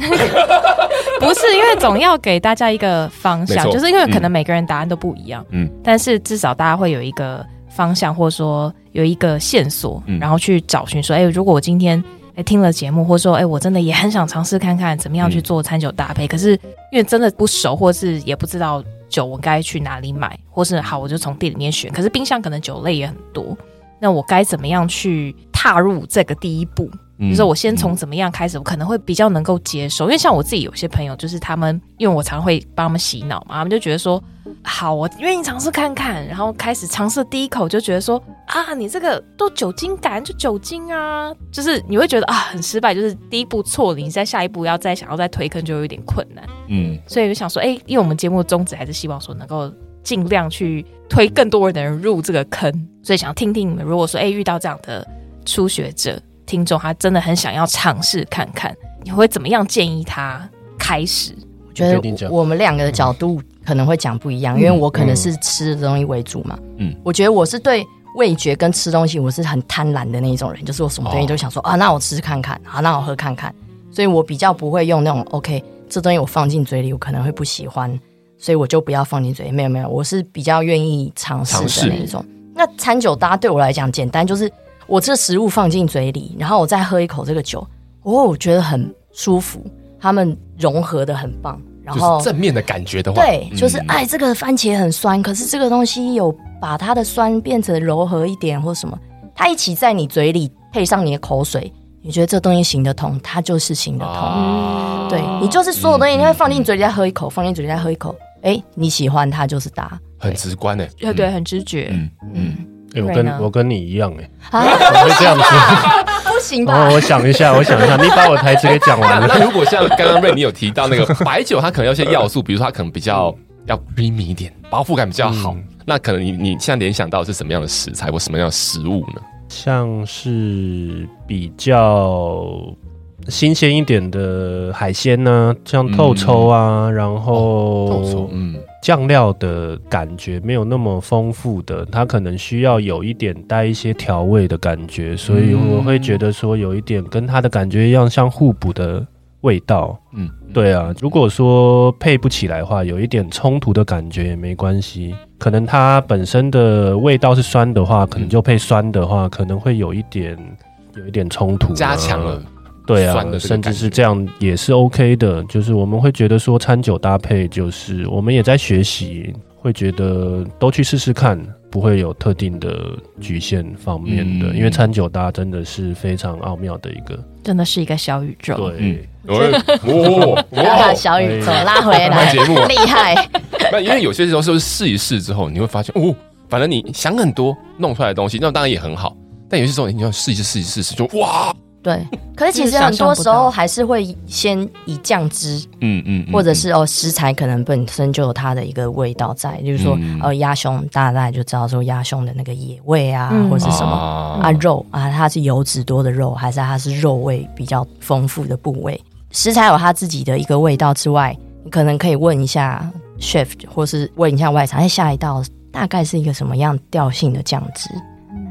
[SPEAKER 2] 不是，因为总要给大家一个方
[SPEAKER 3] 没
[SPEAKER 2] 向，
[SPEAKER 3] 错
[SPEAKER 2] 就是因为可能每个人答案都不一样，
[SPEAKER 3] 嗯
[SPEAKER 2] 嗯，但是至少大家会有一个方向，或者说有一个线索，
[SPEAKER 3] 嗯
[SPEAKER 2] 然后去找寻说，哎、如果我今天哎、听了节目，或者说哎、我真的也很想尝试看看怎么样
[SPEAKER 3] 嗯
[SPEAKER 2] 去做餐酒搭配，可是因为真的不熟，或是也不知道酒我该去哪里买，或是好我就从店里面选，可是冰箱可能酒类也很多。那我该怎么样去踏入这个第一步？
[SPEAKER 3] 嗯
[SPEAKER 2] 就是我先从怎么样开始，我可能会比较能够接受。因为像我自己有些朋友，就是他们，因为我常会帮他们洗脑嘛，他们就觉得说，好，我愿意尝试看看，然后开始尝试第一口就觉得说，啊，你这个都酒精感，就酒精啊，就是你会觉得啊很失败，就是第一步错了，你在下一步要再想要再推坑就有一点困难。
[SPEAKER 3] 嗯
[SPEAKER 2] 所以就想说，哎、因为我们节目的宗旨还是希望说能够尽量去推更多的人入这个坑，所以想要听听你们，如果说哎、遇到这样的初学者听众，他真的很想要尝试看看，你会怎么样建议他开始？
[SPEAKER 4] 我觉
[SPEAKER 5] 决定
[SPEAKER 4] 得
[SPEAKER 5] 讲
[SPEAKER 4] 我我们两个的角度可能会讲不一样，因为我可能是吃的东西为主嘛。
[SPEAKER 3] 嗯
[SPEAKER 4] 嗯，我觉得我是对味觉跟吃东西我是很贪婪的那一种人，就是我什么东西都想说、啊，那我吃看看，啊，那我喝看看，所以我比较不会用那种 OK，这东西我放进嘴里我可能会不喜欢，所以我就不要放进嘴里。没有没有，我是比较愿意尝
[SPEAKER 3] 尝
[SPEAKER 4] 试
[SPEAKER 3] 试
[SPEAKER 4] 的那种。那餐酒搭对我来讲简单，就是我这食物放进嘴里，然后我再喝一口这个酒，哦，我觉得很舒服，他们融合的很棒。然
[SPEAKER 3] 就
[SPEAKER 4] 后
[SPEAKER 3] 是正面的感觉的话，
[SPEAKER 4] 对，就是
[SPEAKER 3] 嗯
[SPEAKER 4] 哎，这个番茄很酸，可是这个东西有把它的酸变成柔和一点或什么，它一起在你嘴里配上你的口水，你觉得这东西行得通，它就是行得通。
[SPEAKER 3] 啊
[SPEAKER 4] 对你就是所有东西，
[SPEAKER 3] 嗯
[SPEAKER 4] 你会放进嘴里再喝一口，放进嘴里再喝一口，哎，你喜欢它就是搭。
[SPEAKER 3] 很直观欸诶，
[SPEAKER 2] 呃，对，很直觉，
[SPEAKER 3] 嗯嗯，
[SPEAKER 5] 哎我
[SPEAKER 2] 对呢
[SPEAKER 5] 跟我跟你一 样哎、
[SPEAKER 4] 啊，
[SPEAKER 5] 怎么会这样子？
[SPEAKER 4] 不行吧？
[SPEAKER 5] 哦，我想一下，我想一下，你把我台词给讲完
[SPEAKER 3] 那
[SPEAKER 5] 了。
[SPEAKER 3] 啊那如果像刚刚瑞你有提到那个 白酒，它可能有一些要素，比如说它可能比较
[SPEAKER 4] 嗯
[SPEAKER 3] 要 creamy 一点，饱腹感比较好
[SPEAKER 5] 嗯。
[SPEAKER 3] 那可能你你现在联想到的是什么样的食材或什么样的食物呢？
[SPEAKER 5] 像是比较新鲜一点的海鲜呢、像透抽啊，然后
[SPEAKER 3] 嗯
[SPEAKER 5] 酱料的感觉没有那么丰富的，它可能需要有一点带一些调味的感觉，所以我会觉得说有一点跟它的感觉一样，像互补的味道。
[SPEAKER 3] 嗯，
[SPEAKER 5] 对啊，如果说配不起来的话，有一点冲突的感觉也没关系。可能它本身的味道是酸的话，可
[SPEAKER 3] 嗯
[SPEAKER 5] 能就配酸的话，可能会有一点有一点冲突、啊
[SPEAKER 3] 加强了。
[SPEAKER 5] 对啊
[SPEAKER 3] 酸的，这个
[SPEAKER 5] 甚
[SPEAKER 3] 感
[SPEAKER 5] 至
[SPEAKER 3] 觉
[SPEAKER 5] 是这样也是 OK 的。就是我们会觉得说餐酒搭配，就是我们也在学习，会觉得都去试试看，不会有特定的局限方面的，
[SPEAKER 3] 嗯
[SPEAKER 5] 因为餐酒搭真的是非常奥妙的一个。
[SPEAKER 2] 真的是一个小宇宙。
[SPEAKER 5] 对，
[SPEAKER 3] 嗯 我哇哦
[SPEAKER 4] 不要把
[SPEAKER 3] 哇！
[SPEAKER 4] 小宇宙拉回
[SPEAKER 3] 那
[SPEAKER 4] 来，
[SPEAKER 3] 节目啊
[SPEAKER 4] 厉害。
[SPEAKER 3] 那因为有些时候是试一试之后，你会发现哦，反正你想很多弄出来的东西，那当然也很好。但有些时候你要试一试试一试试，就哇，
[SPEAKER 4] 对，可是其
[SPEAKER 2] 就是
[SPEAKER 4] 实
[SPEAKER 2] 想
[SPEAKER 4] 很多
[SPEAKER 2] 象不
[SPEAKER 4] 时候
[SPEAKER 2] 到
[SPEAKER 4] 还是会先以酱汁
[SPEAKER 3] 嗯嗯，嗯
[SPEAKER 4] 或者是哦，食材可能本身就有它的一个味道在，就是说
[SPEAKER 3] 嗯
[SPEAKER 4] 呃，鸭胸大家大概就知道说鸭胸的那个野味啊，
[SPEAKER 2] 嗯
[SPEAKER 4] 或是什么
[SPEAKER 3] 啊
[SPEAKER 4] 啊肉啊，它是油脂多的肉，还是它是肉味比较丰富的部位？食材有它自己的一个味道之外，你可能可以问一下 chef 或是问一下外场，哎，下一道大概是一个什么样调性的酱汁？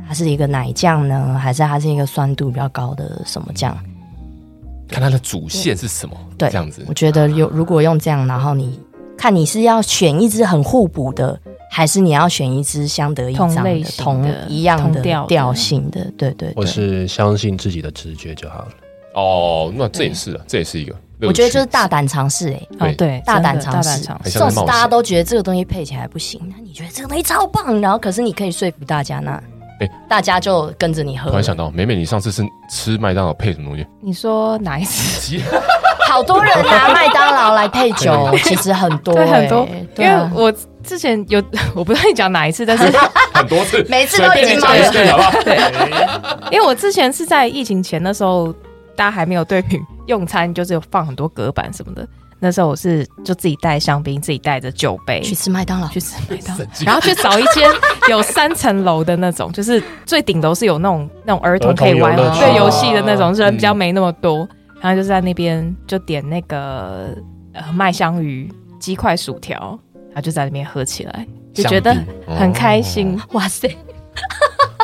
[SPEAKER 4] 它是一个奶酱呢，还是它是一个酸度比较高的什么酱？
[SPEAKER 3] 看它的主线是什么，
[SPEAKER 4] 对
[SPEAKER 3] 这样子
[SPEAKER 4] 我觉得有，如果用这样，然后你看你是要选一支很互补的，还是你要选一支相得益彰
[SPEAKER 2] 同类
[SPEAKER 4] 的、
[SPEAKER 2] 型
[SPEAKER 4] 同
[SPEAKER 2] 的
[SPEAKER 4] 一样
[SPEAKER 2] 同调的
[SPEAKER 4] 调性的？对对
[SPEAKER 5] 我
[SPEAKER 4] 对，
[SPEAKER 5] 是相信自己的直觉就好了。
[SPEAKER 3] 哦，那这也是啊，这也是一个乐趣，
[SPEAKER 4] 我觉得就是大胆尝试、欸，
[SPEAKER 2] 哦
[SPEAKER 3] 对，
[SPEAKER 2] 对，
[SPEAKER 4] 大胆
[SPEAKER 2] 真的
[SPEAKER 4] 尝
[SPEAKER 2] 大
[SPEAKER 4] 试
[SPEAKER 2] 胆尝嗯
[SPEAKER 3] 很
[SPEAKER 4] 哎，
[SPEAKER 3] 像在
[SPEAKER 4] 纵
[SPEAKER 3] 冒险
[SPEAKER 4] 使大家都觉得这个东西配起来不行，那你觉得这个东西超棒，然后可是你可以说服大家呢，
[SPEAKER 3] 哎
[SPEAKER 4] 大家就跟着你喝
[SPEAKER 3] 突
[SPEAKER 4] 了
[SPEAKER 3] 然。想到，美美，你上次是吃麦当劳配什么东西？
[SPEAKER 2] 你说哪一次？
[SPEAKER 4] 好多人拿麦当劳来配 酒，其实很多、欸，
[SPEAKER 2] 对，很多，因
[SPEAKER 4] 对
[SPEAKER 2] 为
[SPEAKER 4] 啊
[SPEAKER 2] 我之前有， 我不知道你讲哪一次，但是
[SPEAKER 3] 很多次，
[SPEAKER 4] 每次都已经冒
[SPEAKER 3] 随便
[SPEAKER 4] 了
[SPEAKER 3] 讲一次，好不 好？
[SPEAKER 2] 因为我之前是在疫情前的时候，大家还没有对于用餐就是有放很多隔板什么的。那时候我是就自己带香槟，自己带着酒杯
[SPEAKER 4] 去吃麦当劳，
[SPEAKER 2] 去吃麦当劳
[SPEAKER 3] 神，经
[SPEAKER 2] 然后去找一间有三层楼的那种，就是最顶楼是有那种那种儿童可以玩
[SPEAKER 5] 儿童游乐区
[SPEAKER 2] 对游戏的那种，人比较
[SPEAKER 3] 嗯
[SPEAKER 2] 没那么多。然后就在那边就点那个呃麦香鱼、鸡块、薯条，然后就在那边喝起来，就觉得
[SPEAKER 5] 哦
[SPEAKER 3] 香槟
[SPEAKER 2] 很开心。
[SPEAKER 4] 哇塞，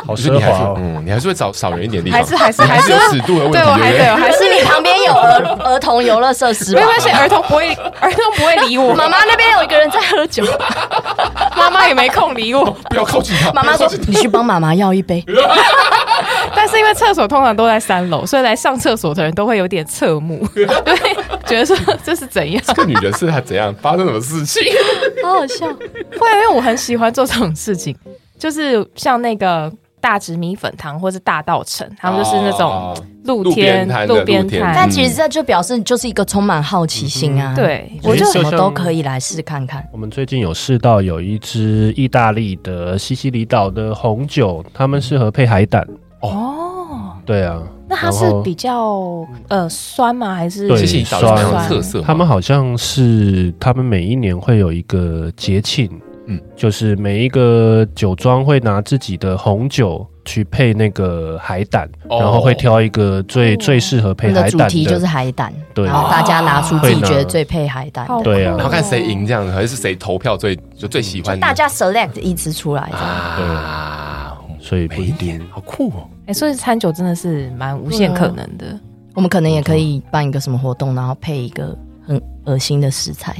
[SPEAKER 5] 好
[SPEAKER 3] 就是
[SPEAKER 5] 奢
[SPEAKER 3] 你还是
[SPEAKER 5] 华哦。
[SPEAKER 3] 嗯，你还是会找少人一点地方，
[SPEAKER 2] 还是还是
[SPEAKER 3] 你还
[SPEAKER 2] 还
[SPEAKER 3] 是
[SPEAKER 2] 是
[SPEAKER 3] 有尺度的问题，
[SPEAKER 2] 对我还
[SPEAKER 3] 不
[SPEAKER 2] 对我
[SPEAKER 4] 还
[SPEAKER 2] 还
[SPEAKER 4] 是你旁边有儿儿童游乐设施吧
[SPEAKER 2] 没？关系，儿童不会 儿童不会理我，
[SPEAKER 4] 妈妈那边有一个人在喝酒，
[SPEAKER 2] 妈妈也没空理我。
[SPEAKER 3] 不要靠近他。
[SPEAKER 4] 妈妈说：“你去帮妈妈要一杯。
[SPEAKER 2] 但是因为厕所通常都在三楼，所以来上厕所的人都会有点侧 目，对，觉得说这是怎样？
[SPEAKER 3] 这个女人是她怎样发生什么事 情？”
[SPEAKER 4] 好好笑，
[SPEAKER 2] 会，因为我很喜欢做这种事情，就是像那个大直米粉汤或是大道城，他们就是那种
[SPEAKER 3] 哦
[SPEAKER 2] 露
[SPEAKER 3] 路边
[SPEAKER 2] 天
[SPEAKER 3] 摊的
[SPEAKER 2] 路边
[SPEAKER 3] 露天
[SPEAKER 2] 摊
[SPEAKER 4] 但。其实这就表示你就是一个充满好奇心啊。
[SPEAKER 2] 嗯对，
[SPEAKER 4] 我
[SPEAKER 5] 我
[SPEAKER 4] 就
[SPEAKER 5] 就
[SPEAKER 4] 什么都可以来试看看。
[SPEAKER 5] 我们最近有试到有一支意大利的西西里岛的红酒，他们适合配海胆。
[SPEAKER 2] 哦，
[SPEAKER 5] 对啊，
[SPEAKER 2] 那它
[SPEAKER 5] 然
[SPEAKER 2] 是
[SPEAKER 5] 后
[SPEAKER 2] 比较呃酸吗？还是
[SPEAKER 5] 对
[SPEAKER 3] 西西里岛有
[SPEAKER 5] 酸
[SPEAKER 3] 这样的特色吗，
[SPEAKER 5] 他们好像是他们每一年会有一个节庆，
[SPEAKER 3] 嗯
[SPEAKER 5] 嗯，就是每一个酒庄会拿自己的红酒去配那个海胆，
[SPEAKER 3] 哦
[SPEAKER 5] 然后会挑一个最、
[SPEAKER 2] 哦
[SPEAKER 5] 最适合配
[SPEAKER 4] 们
[SPEAKER 5] 海
[SPEAKER 4] 的主
[SPEAKER 5] 胆
[SPEAKER 4] 题就是
[SPEAKER 5] 的。
[SPEAKER 4] 海胆，
[SPEAKER 5] 对
[SPEAKER 4] 然后大家拿出自己觉得最配海胆
[SPEAKER 2] 好
[SPEAKER 4] 的，
[SPEAKER 5] 对啊
[SPEAKER 2] 酷哦
[SPEAKER 3] 然后看谁赢这样子，还是谁投票最就最喜
[SPEAKER 2] 嗯
[SPEAKER 3] 欢
[SPEAKER 4] 大家 select 一支出来的。
[SPEAKER 3] 啊，
[SPEAKER 5] 所以不一定
[SPEAKER 3] 年好酷哦！
[SPEAKER 2] 哎、所以餐酒真的是蛮无限可能的。
[SPEAKER 4] 我们可能也可以办一个什么活动，然后配一个很恶心的食 材。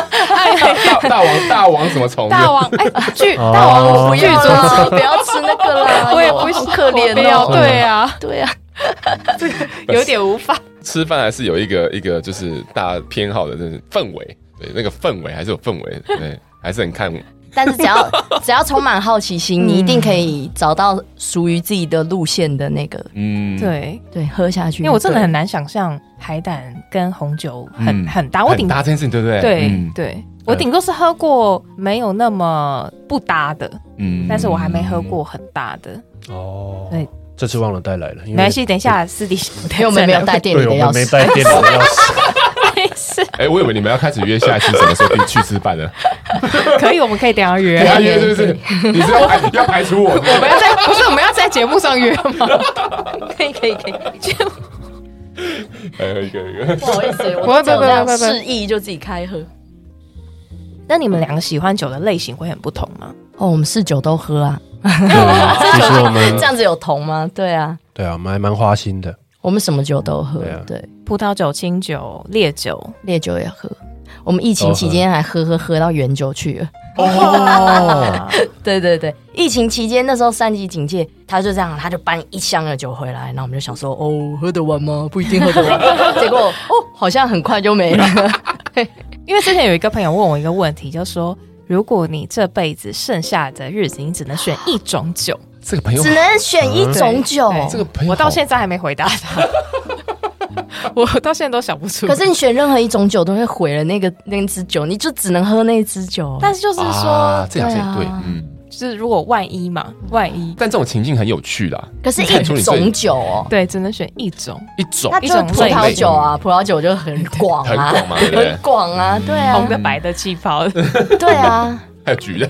[SPEAKER 3] 大大王大王什么虫？
[SPEAKER 2] 大王，哎、剧
[SPEAKER 5] 哦
[SPEAKER 2] 大王我不
[SPEAKER 4] 不
[SPEAKER 2] 剧
[SPEAKER 4] 要
[SPEAKER 2] 组
[SPEAKER 4] 啦，不要吃那个啦，
[SPEAKER 2] 我也
[SPEAKER 4] 哎
[SPEAKER 2] 不
[SPEAKER 4] 呦好
[SPEAKER 2] 喜
[SPEAKER 4] 可怜
[SPEAKER 2] 我不要
[SPEAKER 4] 哦。
[SPEAKER 2] 对啊，
[SPEAKER 4] 对啊，
[SPEAKER 2] 有点无法。
[SPEAKER 3] 吃饭还是有一个一个就是大家偏好的，就是氛围，对那个氛围还是有氛围，对，还是很看
[SPEAKER 4] 但是 只要只要充满好奇心，
[SPEAKER 2] 嗯
[SPEAKER 4] 你一定可以找到属于自己的路线的那个。
[SPEAKER 3] 嗯，
[SPEAKER 2] 对，
[SPEAKER 4] 对，喝下去，
[SPEAKER 2] 因为我真的很难想象海胆跟红酒很、
[SPEAKER 3] 嗯
[SPEAKER 2] 很搭，我
[SPEAKER 3] 很
[SPEAKER 2] 顶
[SPEAKER 3] 搭这件事情，对不对？
[SPEAKER 2] 对、
[SPEAKER 3] 嗯
[SPEAKER 2] 对，我顶多是喝过没有那么不搭的，
[SPEAKER 3] 嗯
[SPEAKER 2] 但是我还没喝过很搭的。
[SPEAKER 5] 哦
[SPEAKER 2] 对，
[SPEAKER 5] 这次忘了带来了，因
[SPEAKER 2] 没
[SPEAKER 5] 为
[SPEAKER 2] 关系，等一下私底下我
[SPEAKER 4] 因为我们没有带店里
[SPEAKER 5] 对
[SPEAKER 4] 的
[SPEAKER 5] 我
[SPEAKER 4] 钥
[SPEAKER 5] 们没
[SPEAKER 4] 匙，
[SPEAKER 5] 带电脑的钥匙，
[SPEAKER 2] 没事，
[SPEAKER 3] 哎，我以为你们要开始约下一期什么时候去去吃 饭呢？ 哎
[SPEAKER 2] 可以，我们可以等一下约
[SPEAKER 3] 你。要约是不是？你是要排要排除我？
[SPEAKER 2] 我们要在不是我们要在节目上约吗？ 可以可以可以，就
[SPEAKER 3] 还哎有一个一 个
[SPEAKER 4] 不好意
[SPEAKER 2] 不
[SPEAKER 4] 思，
[SPEAKER 2] 会
[SPEAKER 4] 我
[SPEAKER 2] 不会
[SPEAKER 4] 这样
[SPEAKER 2] 不会不会
[SPEAKER 4] 示意就自己开喝。
[SPEAKER 2] 那你们两个喜欢酒的类型会很不同吗？
[SPEAKER 4] 哦，我们试酒都喝啊，
[SPEAKER 5] 对其实我
[SPEAKER 4] 这
[SPEAKER 5] 们
[SPEAKER 4] 样子有同吗？对啊，
[SPEAKER 5] 对啊，我们还蛮花心的。
[SPEAKER 4] 我们什么酒都喝
[SPEAKER 5] 对啊，
[SPEAKER 4] 对，
[SPEAKER 2] 葡萄酒、清酒、烈酒，
[SPEAKER 4] 烈酒也喝。我们疫情期间还喝喝喝到原酒去了。
[SPEAKER 5] 哦，
[SPEAKER 4] 对对对，疫情期间那时候三级警戒，他就这样，他就搬一箱的酒回来，然后我们就想说，哦，喝得完吗？不一定喝得完。结果哦，好像很快就没了。
[SPEAKER 2] 因为之前有一个朋友问我一个问题，就说如果你这辈子剩下的日子，你只能选一种酒，
[SPEAKER 3] 这个朋友
[SPEAKER 4] 只能选一种酒。
[SPEAKER 2] 嗯对对
[SPEAKER 3] 这个朋友
[SPEAKER 2] 我到现在还没回答他， 我到现在都想不出。
[SPEAKER 4] 可是，你选任何一种酒都会毁了那个那支酒，你就只能喝那支酒。
[SPEAKER 2] 但是就是说，
[SPEAKER 3] 啊这两件对
[SPEAKER 4] 对啊，
[SPEAKER 3] 嗯，
[SPEAKER 2] 就是如果万一嘛，万一
[SPEAKER 3] 但这种情境很有趣啦，
[SPEAKER 4] 可是
[SPEAKER 3] 看出
[SPEAKER 4] 一
[SPEAKER 3] 你最
[SPEAKER 4] 种酒哦，
[SPEAKER 2] 对，只能选一种，
[SPEAKER 3] 一种
[SPEAKER 4] 那就是葡萄酒啊，葡萄酒就很广啊，
[SPEAKER 3] 很广嘛对不对
[SPEAKER 4] 很广啊，对
[SPEAKER 2] 红
[SPEAKER 4] 啊，
[SPEAKER 2] 的、白的、气 泡的。
[SPEAKER 4] 对啊，
[SPEAKER 3] 还有橘的，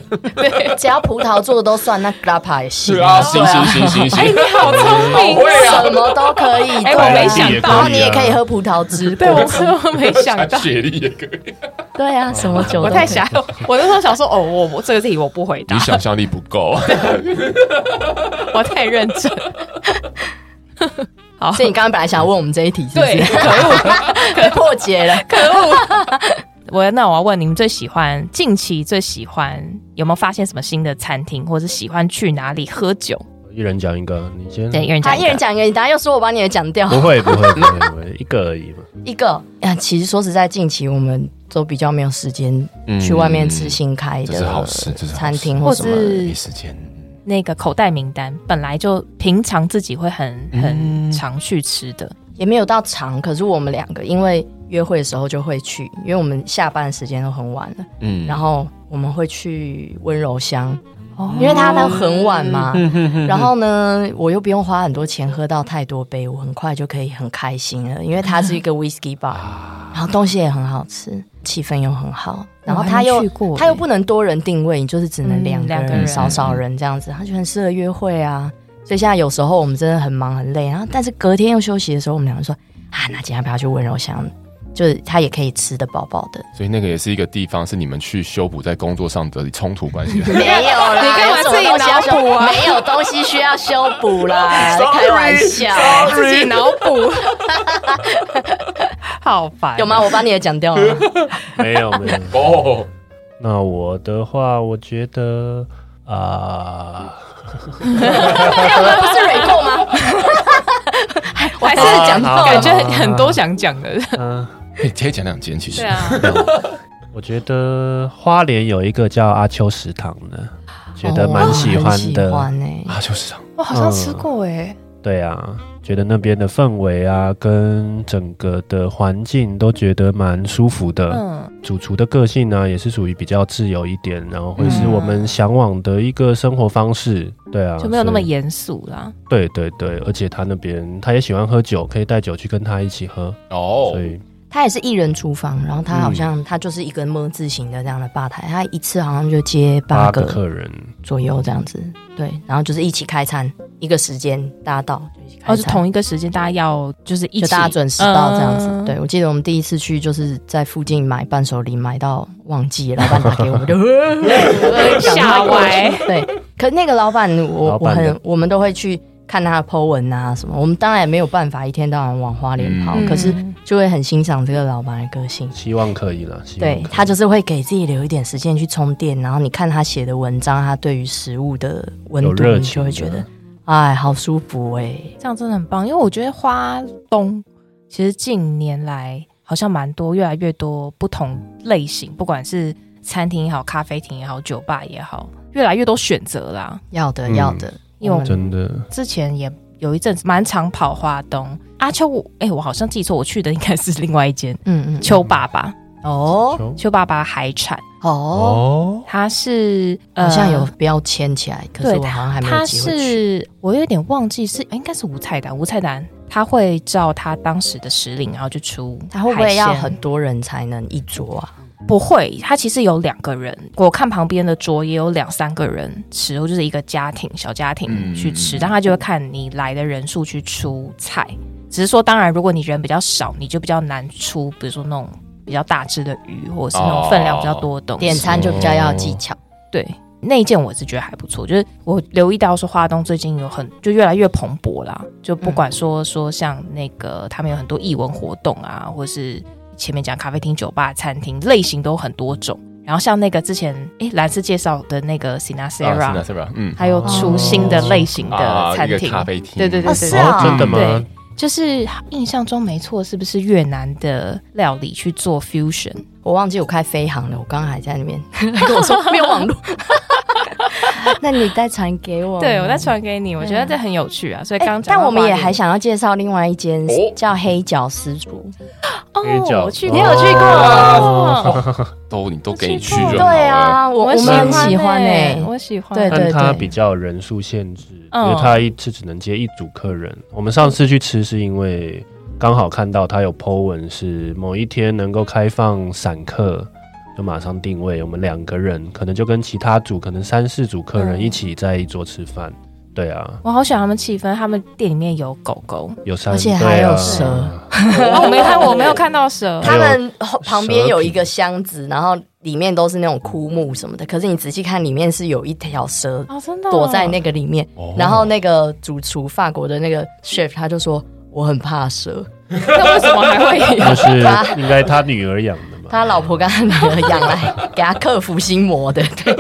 [SPEAKER 4] 只要葡萄做的都算，那 grappa 也行
[SPEAKER 3] 对
[SPEAKER 4] 啊，
[SPEAKER 3] 啊，行行行行
[SPEAKER 2] 哎，
[SPEAKER 3] 行
[SPEAKER 2] 你，好聪明哦
[SPEAKER 3] 会啊
[SPEAKER 4] 什么都可以。
[SPEAKER 2] 哎
[SPEAKER 4] 对啊
[SPEAKER 2] 我没想到
[SPEAKER 4] 然后你也可以喝葡萄汁，
[SPEAKER 2] 对我真的没哎想 到
[SPEAKER 3] 含。雪莉也可 以。
[SPEAKER 4] 对啊，什么酒
[SPEAKER 2] 我
[SPEAKER 4] 都可以
[SPEAKER 2] 太傻了，我那时候想说，哦，我我这个题我不回答
[SPEAKER 3] 你，想象力不够，
[SPEAKER 2] 我太认 真。好，
[SPEAKER 4] 所以你刚刚本来想问我们这一题，是不
[SPEAKER 2] 对，
[SPEAKER 4] 是？
[SPEAKER 2] 可恶，
[SPEAKER 4] 破解了。
[SPEAKER 2] 可恶！我那我要问你们，最喜欢近期最喜欢有没有发现什么新的餐厅，或者喜欢去哪里喝酒？
[SPEAKER 5] 一人讲一个，你
[SPEAKER 3] 嗯
[SPEAKER 5] 先
[SPEAKER 2] 对，一人
[SPEAKER 4] 他
[SPEAKER 2] 讲
[SPEAKER 4] 一
[SPEAKER 2] 个
[SPEAKER 4] 人讲一个，你等下又说我把你的讲掉。
[SPEAKER 5] 不会不会 不会，不会一个而已嘛。
[SPEAKER 4] 一个，啊，其实说实在，近期我们都比较没有时间
[SPEAKER 3] 嗯
[SPEAKER 4] 去外面吃新开
[SPEAKER 3] 这是好
[SPEAKER 4] 的
[SPEAKER 3] 事这是好
[SPEAKER 4] 餐厅
[SPEAKER 2] 或
[SPEAKER 4] 或什么的。
[SPEAKER 2] 是
[SPEAKER 3] 时间，
[SPEAKER 2] 那个口袋名单，本来就平常自己会很很常去吃的，
[SPEAKER 4] 也没有到长，可是我们两个因为约会的时候就会去，因为我们下班时间都很晚了，
[SPEAKER 3] 嗯
[SPEAKER 4] 然后我们会去温柔乡，
[SPEAKER 2] 哦嗯
[SPEAKER 4] 因为它都很晚嘛。然后呢，我又不用花很多钱喝到太多杯，我很快就可以很开心了，因为它是一个 whisky bar，然
[SPEAKER 2] 啊
[SPEAKER 4] 后东西也很好吃，气氛又很好，然后它
[SPEAKER 2] 哦我还没
[SPEAKER 4] 又
[SPEAKER 2] 去过
[SPEAKER 4] 它又不能多人定位，你就是只能
[SPEAKER 2] 嗯
[SPEAKER 4] 两个
[SPEAKER 2] 两个
[SPEAKER 4] 人、
[SPEAKER 2] 人
[SPEAKER 4] 少少人这样子，它就很适合约会啊。所以现在有时候我们真的很忙很累，然后但是隔天又休息的时候，我们两个说啊，那今天要不要去温柔乡就是他也可以吃得饱饱的。
[SPEAKER 3] 所以那个也是一个地方，是你们去修补在工作上的冲突 关系。
[SPEAKER 4] 没有啦，
[SPEAKER 2] 你干嘛
[SPEAKER 4] 有什么
[SPEAKER 2] 自己
[SPEAKER 4] 东西要修
[SPEAKER 2] 脑补啊
[SPEAKER 4] 没有东西需要修补 啦，开玩笑，
[SPEAKER 2] 自己脑补，好烦。
[SPEAKER 4] 有吗？？我把你的讲掉了。
[SPEAKER 5] 没有没有。
[SPEAKER 3] 哦，
[SPEAKER 5] 那我的话，我觉得啊、
[SPEAKER 4] 我们不是蕊购吗？ 我还是讲到
[SPEAKER 5] 好
[SPEAKER 2] 感
[SPEAKER 4] 了
[SPEAKER 2] 觉
[SPEAKER 4] 吗。
[SPEAKER 2] 很很多想讲的。
[SPEAKER 5] 嗯、
[SPEAKER 3] 可以可以讲两件，其实
[SPEAKER 2] 对啊，
[SPEAKER 5] 我觉得花莲有一个叫阿秋食堂的，觉得蛮喜欢的。
[SPEAKER 4] 哦很喜欢欸
[SPEAKER 3] 啊，就是啊，
[SPEAKER 2] 我好像吃过哎，
[SPEAKER 5] 对啊，觉得那边的氛围啊，跟整个的环境都觉得蛮舒服的。
[SPEAKER 2] 嗯，
[SPEAKER 5] 主厨的个性呢，也是属于比较自由一点，然后会是
[SPEAKER 2] 嗯
[SPEAKER 5] 我们向往的一个生活方式。对啊，
[SPEAKER 2] 就没有那么
[SPEAKER 5] 所以。
[SPEAKER 2] 严肃啦。
[SPEAKER 5] 对对对，而且他那边他也喜欢喝酒，可以带酒去跟他一起喝，
[SPEAKER 3] 哦
[SPEAKER 5] 所，以
[SPEAKER 4] 他也是艺人厨房，然后他好
[SPEAKER 5] 嗯
[SPEAKER 4] 像他就是一个么字形的这样的吧台，他一次好像就接八
[SPEAKER 5] 八个
[SPEAKER 4] 个
[SPEAKER 5] 客人。
[SPEAKER 4] 左右这样子。对，然后就是一起开餐，一个时间大家到就一起开
[SPEAKER 2] 哦，
[SPEAKER 4] 餐，
[SPEAKER 2] 就同一个时间大家要就是一
[SPEAKER 4] 就
[SPEAKER 2] 起，
[SPEAKER 4] 大家准时到这样子。
[SPEAKER 2] 嗯
[SPEAKER 4] 对，我记得我们第一次去就是在附近买伴手礼，买到忘记了，老板打给我们 就
[SPEAKER 2] 吓歪。
[SPEAKER 4] 对，可那个老板，我
[SPEAKER 5] 老
[SPEAKER 4] 我
[SPEAKER 5] 板的
[SPEAKER 2] 嗯
[SPEAKER 4] 很，我们都会去看他的 Po 文啊什么。我们当然也没有办法一天到晚往花莲跑，
[SPEAKER 2] 嗯
[SPEAKER 4] 哦可是就会很欣赏这个老板的个性。
[SPEAKER 5] 希望可以了，希望
[SPEAKER 4] 对
[SPEAKER 5] 可以
[SPEAKER 4] 他就是会给自己留一点时间去充电，然后你看他写的文章，他对于食物的温
[SPEAKER 5] 有
[SPEAKER 4] 度，
[SPEAKER 5] 热
[SPEAKER 4] 嗯你
[SPEAKER 5] 情
[SPEAKER 4] 就
[SPEAKER 5] 的
[SPEAKER 4] 会觉得，哎，好舒服哎、
[SPEAKER 2] 这样真的很棒，因为我觉得花东其实近年来好像蛮多，越来越多不同类型，不管是餐厅也好、咖啡厅也好、酒吧也好，越来越多选择啦。
[SPEAKER 4] 要的
[SPEAKER 5] 嗯
[SPEAKER 4] 要的，
[SPEAKER 2] 因为我们
[SPEAKER 5] 真的
[SPEAKER 2] 之前也有一阵子蛮常跑花东，阿秋我，哎、我好像记错，我去的应该是另外一间
[SPEAKER 4] 嗯嗯，
[SPEAKER 2] 邱爸爸，
[SPEAKER 4] 哦
[SPEAKER 5] 秋
[SPEAKER 2] 邱爸爸海产，
[SPEAKER 4] 哦，
[SPEAKER 5] 哦，
[SPEAKER 2] 它是呃
[SPEAKER 4] 好像有标签起来，可呃是
[SPEAKER 2] 对
[SPEAKER 4] 我好像还没有
[SPEAKER 2] 他
[SPEAKER 4] 机会去。
[SPEAKER 2] 是我有点忘记是哎应该是吴菜单，吴菜单他会照他当时的时令，然后就出海鲜。
[SPEAKER 4] 他会不会要很多人才能一桌啊？
[SPEAKER 2] 不会？他其实有两个人，我看旁边的桌也有两三个人吃，或就是一个家庭小家庭
[SPEAKER 3] 嗯
[SPEAKER 2] 去吃，但他就会看你来的人数去出菜。只是说，当然如果你人比较少，你就比较难出，比如说那种比较大只的鱼，或者是那种分量比较多的东西。
[SPEAKER 4] 点餐就比较要技巧。
[SPEAKER 2] 对，那一件我是觉得还不错，就是我留意到说花东最近有很就越来越蓬勃啦，就不管说、说像那个他们有很多艺文活动啊，或是前面讲咖啡厅、酒吧、餐厅类型都有很多种。然后像那个之前诶蓝斯介绍的那
[SPEAKER 3] 啊
[SPEAKER 2] 个 Sinacera，、
[SPEAKER 3] 是吧？嗯，
[SPEAKER 2] 还有出新的类型的
[SPEAKER 3] 啊，
[SPEAKER 2] 餐
[SPEAKER 3] 一个
[SPEAKER 2] 厅，
[SPEAKER 3] 咖啡厅，
[SPEAKER 2] 对对对
[SPEAKER 4] 哦
[SPEAKER 2] 对
[SPEAKER 4] 是
[SPEAKER 2] 对，
[SPEAKER 4] 啊
[SPEAKER 5] 哦，真的吗
[SPEAKER 2] 对？就是印象中没错，是不是越南的料理去做 fusion？
[SPEAKER 4] 我忘记我开飞航了，我刚刚还在那 边跟我说没有网 络。那你再传给我。
[SPEAKER 2] 对，我再。传给你，我觉
[SPEAKER 4] 对
[SPEAKER 2] 得
[SPEAKER 4] 啊
[SPEAKER 2] 这很有趣啊。所以
[SPEAKER 4] 哎
[SPEAKER 2] 刚刚讲
[SPEAKER 4] 但
[SPEAKER 2] 到
[SPEAKER 4] 我们也
[SPEAKER 2] 花莲
[SPEAKER 4] 还想要介绍另外一间
[SPEAKER 3] 哦
[SPEAKER 4] 叫黑脚私厨，
[SPEAKER 2] 哦
[SPEAKER 5] 黑脚
[SPEAKER 2] 我去
[SPEAKER 5] 你
[SPEAKER 2] 过，
[SPEAKER 5] 有去过
[SPEAKER 2] 哦
[SPEAKER 3] 都你都给你去
[SPEAKER 2] 去过
[SPEAKER 3] 就
[SPEAKER 4] 对
[SPEAKER 3] 好了。
[SPEAKER 4] 啊，我我们很喜欢哎、
[SPEAKER 2] 欸我喜欢。
[SPEAKER 4] 对对
[SPEAKER 5] 但它比较有人数限制，因
[SPEAKER 2] 嗯
[SPEAKER 5] 为它一次只能接一组客人。我们上次去吃是因为刚好看到它有 Po 文，是某一天能够开放散客，就马上定位。我们两个人可能就跟其他组可能三四组客人
[SPEAKER 2] 嗯
[SPEAKER 5] 一起在一桌吃饭。对啊，
[SPEAKER 2] 我好喜欢他们气氛，他们店里面有狗狗，
[SPEAKER 5] 有三，
[SPEAKER 4] 而且还
[SPEAKER 5] 对啊
[SPEAKER 4] 有蛇
[SPEAKER 2] 哦，我没看，我没有看到蛇，
[SPEAKER 4] 他们后旁边有一个箱子，然后里面都是那种枯木什么的，可是你仔细看里面是有一条 蛇
[SPEAKER 2] 哦，真的哦
[SPEAKER 4] 躲在那个里面，
[SPEAKER 3] 哦
[SPEAKER 4] 然后那个主厨法国的那个 chef 他就说我很怕蛇，
[SPEAKER 5] 哎
[SPEAKER 2] 那为什么还会 有？
[SPEAKER 4] 啊
[SPEAKER 5] 就是应该他女儿养的嘛。
[SPEAKER 4] 他老婆跟他女儿养来给他克服心魔的， 对，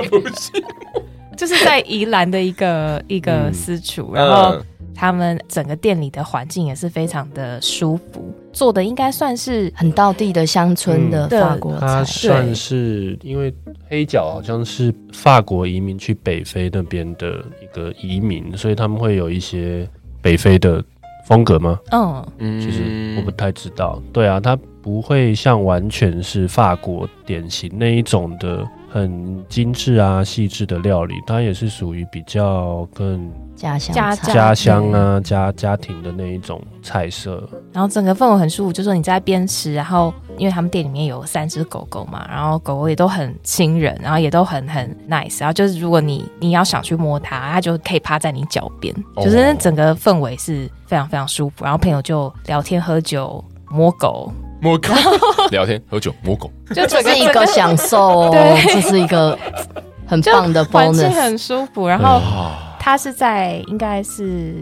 [SPEAKER 2] 就是在宜兰的一个一个
[SPEAKER 5] 嗯
[SPEAKER 2] 私厨，然后
[SPEAKER 3] 嗯，
[SPEAKER 2] 他们整个店里的环境也是非常的舒服，做的应该算是
[SPEAKER 4] 很道地的乡村的
[SPEAKER 2] 嗯
[SPEAKER 4] 法国
[SPEAKER 5] 他
[SPEAKER 4] 菜，
[SPEAKER 5] 算是因为黑脚好像是法国移民去北非那边的一个移民，所以他们会有一些北非的风格吗？
[SPEAKER 2] 嗯
[SPEAKER 3] 嗯
[SPEAKER 5] 其实我不太知道。对啊，它不会像完全是法国典型那一种的很精致啊、细致的料理，它也是属于比较更
[SPEAKER 4] 家乡
[SPEAKER 2] 家
[SPEAKER 4] 菜
[SPEAKER 2] 家
[SPEAKER 5] 家乡啊、家家庭的那一种菜色。
[SPEAKER 2] 然后整个氛围很舒服，就说你在边吃，然后因为他们店里面有三只狗狗嘛，然后狗狗也都很亲人，然后也都很很 nice，然后就是如果你你要想去摸它，它就可以趴在你脚边，
[SPEAKER 3] 哦
[SPEAKER 2] 就是 那整个氛围是非常非常舒服。然后朋友就聊天喝酒、摸狗，
[SPEAKER 3] 摸 狗聊天、喝酒、摸狗，
[SPEAKER 2] 就
[SPEAKER 4] 这
[SPEAKER 2] 整
[SPEAKER 4] 是一个享受哦，
[SPEAKER 2] 对
[SPEAKER 4] 这是一个很
[SPEAKER 2] 就
[SPEAKER 4] 棒的
[SPEAKER 2] 环境
[SPEAKER 4] bonus。
[SPEAKER 2] 很舒服。然后
[SPEAKER 3] 哇，
[SPEAKER 2] 它是在应该是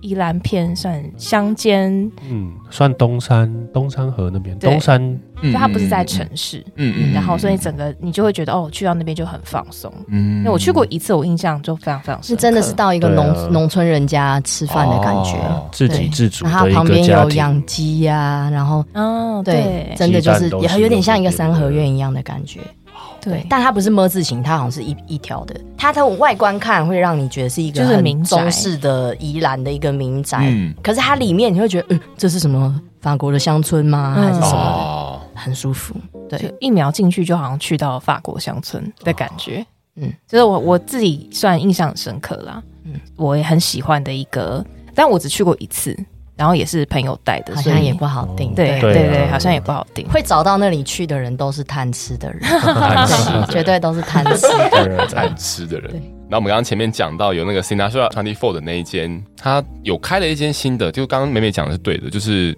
[SPEAKER 2] 宜兰片算乡间，
[SPEAKER 5] 嗯，算东山东山河那边，
[SPEAKER 2] 对
[SPEAKER 5] 东山
[SPEAKER 3] 嗯
[SPEAKER 2] 就它不是在城，市，
[SPEAKER 3] 嗯
[SPEAKER 2] 然后所以整个你就会觉得哦，去到那边就很放松。
[SPEAKER 3] 嗯
[SPEAKER 2] 因为我去过一次，我印象就非常非常深
[SPEAKER 4] 是
[SPEAKER 2] 刻
[SPEAKER 4] 真的是到一个
[SPEAKER 5] 对啊
[SPEAKER 4] 农农村人家吃饭的感觉，
[SPEAKER 3] 哦
[SPEAKER 5] 自给
[SPEAKER 4] 对
[SPEAKER 5] 自足
[SPEAKER 4] 然后
[SPEAKER 5] 的
[SPEAKER 4] 它
[SPEAKER 5] 一
[SPEAKER 4] 旁
[SPEAKER 5] 个
[SPEAKER 4] 边
[SPEAKER 5] 家
[SPEAKER 4] 有
[SPEAKER 5] 庭。
[SPEAKER 4] 养鸡呀，然后
[SPEAKER 2] 嗯，
[SPEAKER 4] 对
[SPEAKER 2] 对，
[SPEAKER 4] 真的就是
[SPEAKER 5] 鸡蛋都
[SPEAKER 4] 也
[SPEAKER 5] 是
[SPEAKER 4] 有点像一个
[SPEAKER 5] 用的
[SPEAKER 4] 三合院一样的感觉。
[SPEAKER 2] 对
[SPEAKER 4] 但它不是么字形，它好像是一一条的。它从外观看会让你觉得是一个
[SPEAKER 2] 就是
[SPEAKER 4] 很
[SPEAKER 2] 民宅
[SPEAKER 4] 中式的宜兰的一个民宅，
[SPEAKER 3] 嗯
[SPEAKER 4] 可是它里面你会觉得，嗯，这是什么法国的乡村吗？
[SPEAKER 2] 嗯
[SPEAKER 4] 还是什么？
[SPEAKER 3] 哦，
[SPEAKER 4] 很舒服，对，
[SPEAKER 2] 就一秒进去就好像去到了法国乡村的感觉。
[SPEAKER 4] 嗯
[SPEAKER 2] 嗯，就是我我自己算印象很深刻啦。
[SPEAKER 4] 嗯
[SPEAKER 2] 嗯，我也很喜欢的一个，但我只去过一次，然后也是朋友带的，
[SPEAKER 4] 好
[SPEAKER 2] 所
[SPEAKER 4] 像也
[SPEAKER 2] 以
[SPEAKER 4] 不好定。
[SPEAKER 2] 对对
[SPEAKER 5] 对啊
[SPEAKER 2] 对对，好像也不好定。
[SPEAKER 4] 会找到那里去的人都是贪吃 的人，
[SPEAKER 5] 贪吃
[SPEAKER 3] 的人
[SPEAKER 4] 绝对都是贪吃。
[SPEAKER 3] 爱吃的人
[SPEAKER 4] 对。
[SPEAKER 3] 那我们刚刚前面讲到有那个 Sinatra Twenty Four 的那一间，它有开了一间新的，就刚刚美美讲的是对的，就是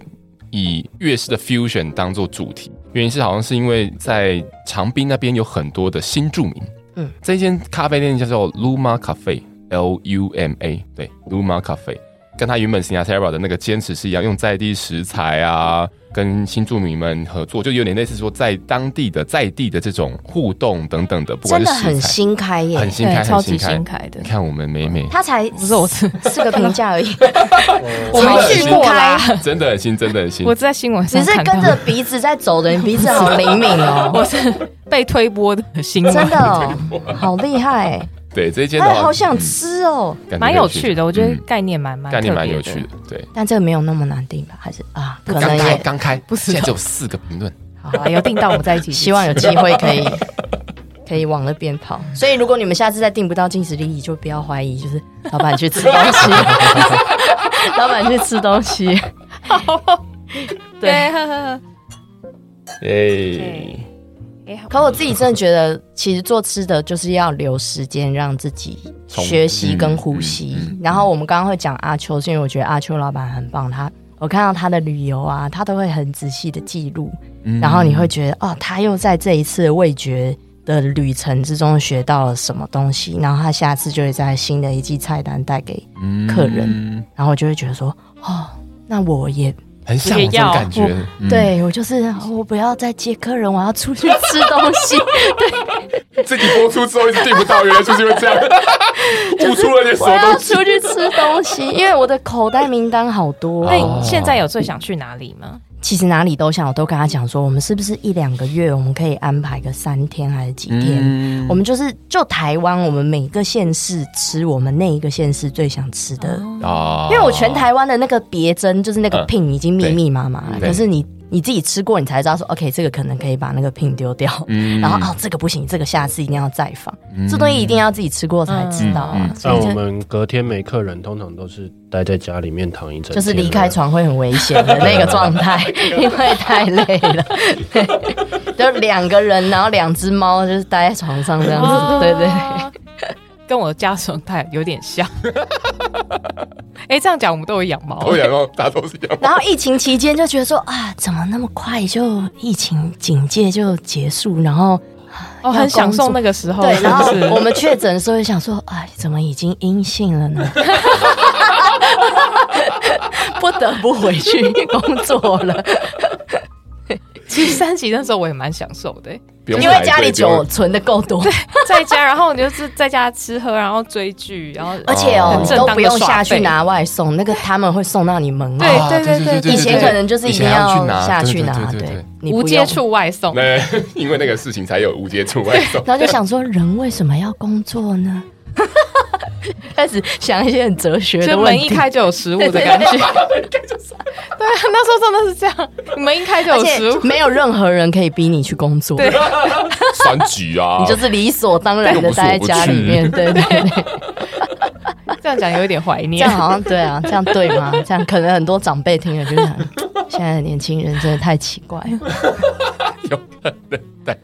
[SPEAKER 3] 以粤式的 fusion 当做主题。原因是好像是因为在长滨那边有很多的新住民，嗯
[SPEAKER 4] 嗯，
[SPEAKER 3] 这一间咖啡店叫做 Luma Cafe，L U M A，对，Luma Cafe。跟他原本 Sinatra 的那个坚持是一样，用在地食材啊，跟新住民们合作，就有点类似说在当地的在地的这种互动等等的，不管是
[SPEAKER 4] 真的
[SPEAKER 3] 食材
[SPEAKER 4] 很新开耶
[SPEAKER 3] 很，新开，
[SPEAKER 2] 对，超
[SPEAKER 3] 很
[SPEAKER 2] 级
[SPEAKER 3] 新开
[SPEAKER 2] 新。开的
[SPEAKER 3] 你，看我们美美，
[SPEAKER 4] 它才
[SPEAKER 2] 不是我是
[SPEAKER 4] 四个评价而已，
[SPEAKER 2] 我没
[SPEAKER 4] 才
[SPEAKER 2] 去
[SPEAKER 4] 新
[SPEAKER 2] 过
[SPEAKER 4] 开
[SPEAKER 2] 啦，
[SPEAKER 3] 真的很新，真的很新
[SPEAKER 2] 我。在新闻上
[SPEAKER 4] 只是
[SPEAKER 2] 看到
[SPEAKER 4] 跟着鼻子在走的，你鼻子好灵敏哦，
[SPEAKER 2] 我是被推播的新闻，
[SPEAKER 4] 真的哦，好厉害欸！
[SPEAKER 3] 对这一间的哦
[SPEAKER 4] 哎，
[SPEAKER 3] 话，嗯
[SPEAKER 4] 好想吃哦，
[SPEAKER 3] 感觉
[SPEAKER 2] 蛮有趣的，我觉得
[SPEAKER 3] 嗯
[SPEAKER 2] 概念蛮蛮
[SPEAKER 3] 概念蛮
[SPEAKER 2] 特别
[SPEAKER 3] 有趣的。对，
[SPEAKER 4] 但这个没有那么难定吧？还是啊，可能
[SPEAKER 3] 刚开
[SPEAKER 4] 也
[SPEAKER 3] 刚开，
[SPEAKER 2] 不知
[SPEAKER 3] 现
[SPEAKER 2] 道
[SPEAKER 3] 在只有四个评论，
[SPEAKER 2] 好啦，有定到我们在一起，
[SPEAKER 4] 希望有机会可以 可以往那边跑。所以如果你们下次再订不到进食利益，就不要怀疑，就是老板去吃东西，老板去吃东西。
[SPEAKER 2] 对。
[SPEAKER 4] 对，
[SPEAKER 2] 呵呵 呵
[SPEAKER 3] 哎，
[SPEAKER 2] 哎
[SPEAKER 4] 可我自己真的觉得，其实做吃的就是要留时间让自己
[SPEAKER 3] 从
[SPEAKER 4] 学习跟呼吸。
[SPEAKER 3] 嗯嗯嗯
[SPEAKER 4] 然后我们刚刚会讲阿秋，是因为我觉得阿秋老板很棒，他。我看到他的旅游啊，他都会很仔细的记录，
[SPEAKER 3] 嗯
[SPEAKER 4] 然后你会觉得哦，他又在这一次味觉的旅程之中学到了什么东西，然后他下次就会在新的一季菜单带给，客人，
[SPEAKER 3] 嗯
[SPEAKER 4] 然后我就会觉得说哦，那我也、
[SPEAKER 3] 很向往这种感觉
[SPEAKER 2] 也，
[SPEAKER 3] 嗯，
[SPEAKER 4] 对我就是哦我不要再接客人，我要出去吃东西，
[SPEAKER 3] 自己播出之后一直订不到，原来就是因为这 样，悟出了点 什
[SPEAKER 4] 我
[SPEAKER 3] 么
[SPEAKER 4] 要
[SPEAKER 3] 东西。
[SPEAKER 4] 出去吃东西，因为我的口袋名单好多。
[SPEAKER 2] 那你哦现在有最想去哪里吗？
[SPEAKER 4] 其实哪里都想，我都跟他讲说，我们是不是一两个月，我们可以安排个三天还是几天？
[SPEAKER 3] 嗯
[SPEAKER 4] 我们就是就台湾，我们每个县市吃我们那一个县市最想吃的，
[SPEAKER 3] 啊
[SPEAKER 4] 因为我全台湾的那个别针就是那个
[SPEAKER 3] 嗯
[SPEAKER 4] pin 已经密密麻麻了，
[SPEAKER 3] 对
[SPEAKER 4] 可是你你自己吃过，你才知道说 OK 这个可能可以把那个 pin 丢掉，
[SPEAKER 3] 嗯
[SPEAKER 4] 然后哦这个不行，这个下次一定要再放，
[SPEAKER 3] 嗯
[SPEAKER 4] 这东西一定要自己吃过才知道
[SPEAKER 3] 嗯嗯
[SPEAKER 4] 啊
[SPEAKER 3] 嗯，
[SPEAKER 4] 所
[SPEAKER 5] 但
[SPEAKER 4] 以
[SPEAKER 5] 我
[SPEAKER 4] 就。
[SPEAKER 5] 们隔天没客人，通常都是待在家里面躺一整天啊，
[SPEAKER 4] 就是离开床会很危险的那个 状态，因为太累了。对，就两个人，然后两只猫，就是待在床上这样
[SPEAKER 3] 哦
[SPEAKER 4] 子。对对对。
[SPEAKER 2] 哦 跟我家常态有点像。 哎、这样讲我们都有养猫
[SPEAKER 4] 哦
[SPEAKER 3] 我，想说大家都是一样，
[SPEAKER 4] 然后疫情期间就觉得说啊，怎么那么快就疫情警戒就结束，然后
[SPEAKER 2] 哦，很享受那个时候，
[SPEAKER 3] 哦
[SPEAKER 4] 对，
[SPEAKER 2] 是
[SPEAKER 4] 然
[SPEAKER 2] 不
[SPEAKER 4] 后
[SPEAKER 2] 是？
[SPEAKER 4] 我们确诊的时候也想说，哎，怎么已经阴性了 呢？不得不回去工作了，
[SPEAKER 2] 其实三级那时候我也蛮享受的、
[SPEAKER 3] 不用
[SPEAKER 4] 因为
[SPEAKER 3] 排队
[SPEAKER 4] 家里
[SPEAKER 3] 不用
[SPEAKER 4] 酒存的够多，
[SPEAKER 2] 在家，然后我就是在家吃喝，然后追剧，然后
[SPEAKER 4] 而且哦，
[SPEAKER 3] 很
[SPEAKER 4] 你
[SPEAKER 2] 正
[SPEAKER 4] 都
[SPEAKER 2] 当
[SPEAKER 4] 不用下去
[SPEAKER 2] 的耍
[SPEAKER 4] 拿外送，那个他们会送到你门口。
[SPEAKER 2] 对
[SPEAKER 3] 啊对对对
[SPEAKER 4] 以前
[SPEAKER 3] 对对
[SPEAKER 4] 可能就是一定
[SPEAKER 3] 以前还要去拿
[SPEAKER 4] 下去
[SPEAKER 3] 对对
[SPEAKER 4] 拿，
[SPEAKER 3] 对对对
[SPEAKER 4] 对，你不
[SPEAKER 2] 无
[SPEAKER 4] 用
[SPEAKER 2] 接。触 外送，
[SPEAKER 3] 那 因为那个事情才有无接触 外送。
[SPEAKER 4] 然后就想说，人为什么要工作呢？开始想一些很哲学
[SPEAKER 2] 就
[SPEAKER 4] 的问
[SPEAKER 2] 门一
[SPEAKER 4] 题。
[SPEAKER 2] 开就有食物的感觉。对啊，那时候真的是这样，门一开就
[SPEAKER 4] 而
[SPEAKER 2] 有食
[SPEAKER 4] 且
[SPEAKER 2] 物。
[SPEAKER 4] 没有任何人可以逼你去工作，
[SPEAKER 2] 对
[SPEAKER 3] 酸橘啊，
[SPEAKER 4] 你就是理所当然的待在家里面，对对 对，
[SPEAKER 2] 这样讲有点怀
[SPEAKER 4] 这
[SPEAKER 2] 念
[SPEAKER 4] 样。好像对啊，这样对吗？这样可能很多长辈听了就想，现在的年轻人真的太奇怪了。
[SPEAKER 3] 有可能对。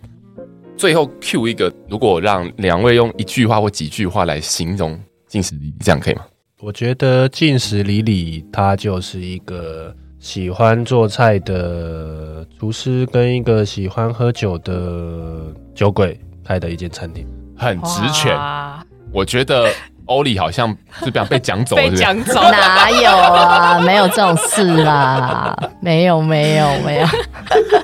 [SPEAKER 3] 最后 Q 一个，如果让两位用一句话或几句话来形容进食力，这样可以吗？
[SPEAKER 5] 我觉得进食里里，它就是一个喜欢做菜的厨师跟一个喜欢喝酒的酒鬼开的一间餐厅。
[SPEAKER 3] 很
[SPEAKER 4] 哦
[SPEAKER 3] 直权。
[SPEAKER 2] 哇
[SPEAKER 3] 我觉得欧里好像是被被讲走，
[SPEAKER 2] 被
[SPEAKER 3] 是不是
[SPEAKER 2] 讲 走。
[SPEAKER 4] 哪有啊？没有这种事啦，没有没有没有。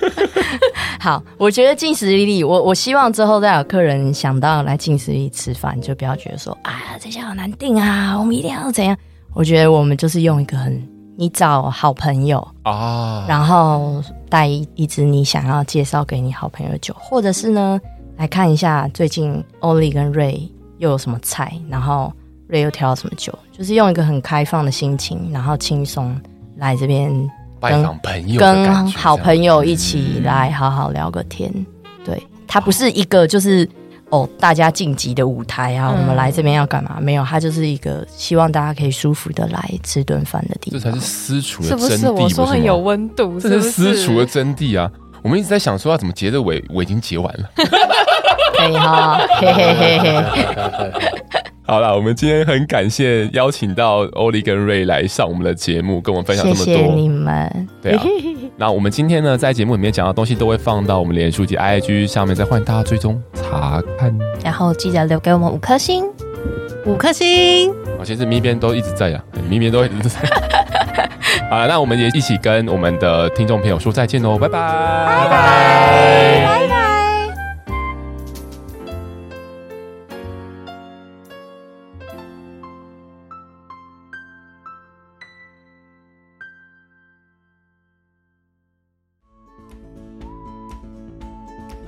[SPEAKER 4] 好，我觉得进食力，我我希望之后再有客人想到来进食力吃饭，就不要觉得说啊这家好难订啊，我们一定要怎样。我觉得我们就是用一个很，你找好朋友，
[SPEAKER 3] 啊。
[SPEAKER 4] 然后带一一支你想要介绍给你好朋友的酒，或者是呢，来看一下最近欧丽跟瑞又有什么菜，然后瑞又挑了什么酒，就是用一个很开放的心情，然后轻松来这边
[SPEAKER 3] 拜访朋友的感觉，
[SPEAKER 4] 跟好
[SPEAKER 3] 这样
[SPEAKER 4] 朋友一起来好好聊个天。对，它不是一个就是哦大家晋级的舞台啊，
[SPEAKER 2] 嗯
[SPEAKER 4] 我们来这边要干嘛？没有，它就是一个希望大家可以舒服的来吃顿饭的地
[SPEAKER 3] 这
[SPEAKER 4] 方。
[SPEAKER 3] 才是私厨的
[SPEAKER 2] 是
[SPEAKER 3] 真
[SPEAKER 2] 不
[SPEAKER 3] 谛，
[SPEAKER 2] 是我说
[SPEAKER 3] 吗
[SPEAKER 2] 很有温度？
[SPEAKER 3] 这
[SPEAKER 2] 是
[SPEAKER 3] 是
[SPEAKER 2] 不是
[SPEAKER 3] 私厨的真谛啊！我们一直在想说要怎么结这尾，尾已经结完了。
[SPEAKER 4] 可以哈，嘿嘿嘿嘿，
[SPEAKER 3] 好啦，我们今天很感谢邀请到欧丽跟瑞来上我们的节目，跟我们分享这
[SPEAKER 4] 谢
[SPEAKER 3] 么多。
[SPEAKER 4] 谢你们。
[SPEAKER 3] 对啊，那我们今天呢，在节目里面讲到的东西都会放到我们脸书及 IG 上面，再欢迎大家追踪查看。
[SPEAKER 2] 然后记得留给我们五颗星。
[SPEAKER 6] 五颗星，
[SPEAKER 3] 哦，其实咪边都一直在啊，咪边都一直在。好了，那我们也一起跟我们的听众朋友说再见喽，拜拜，拜拜。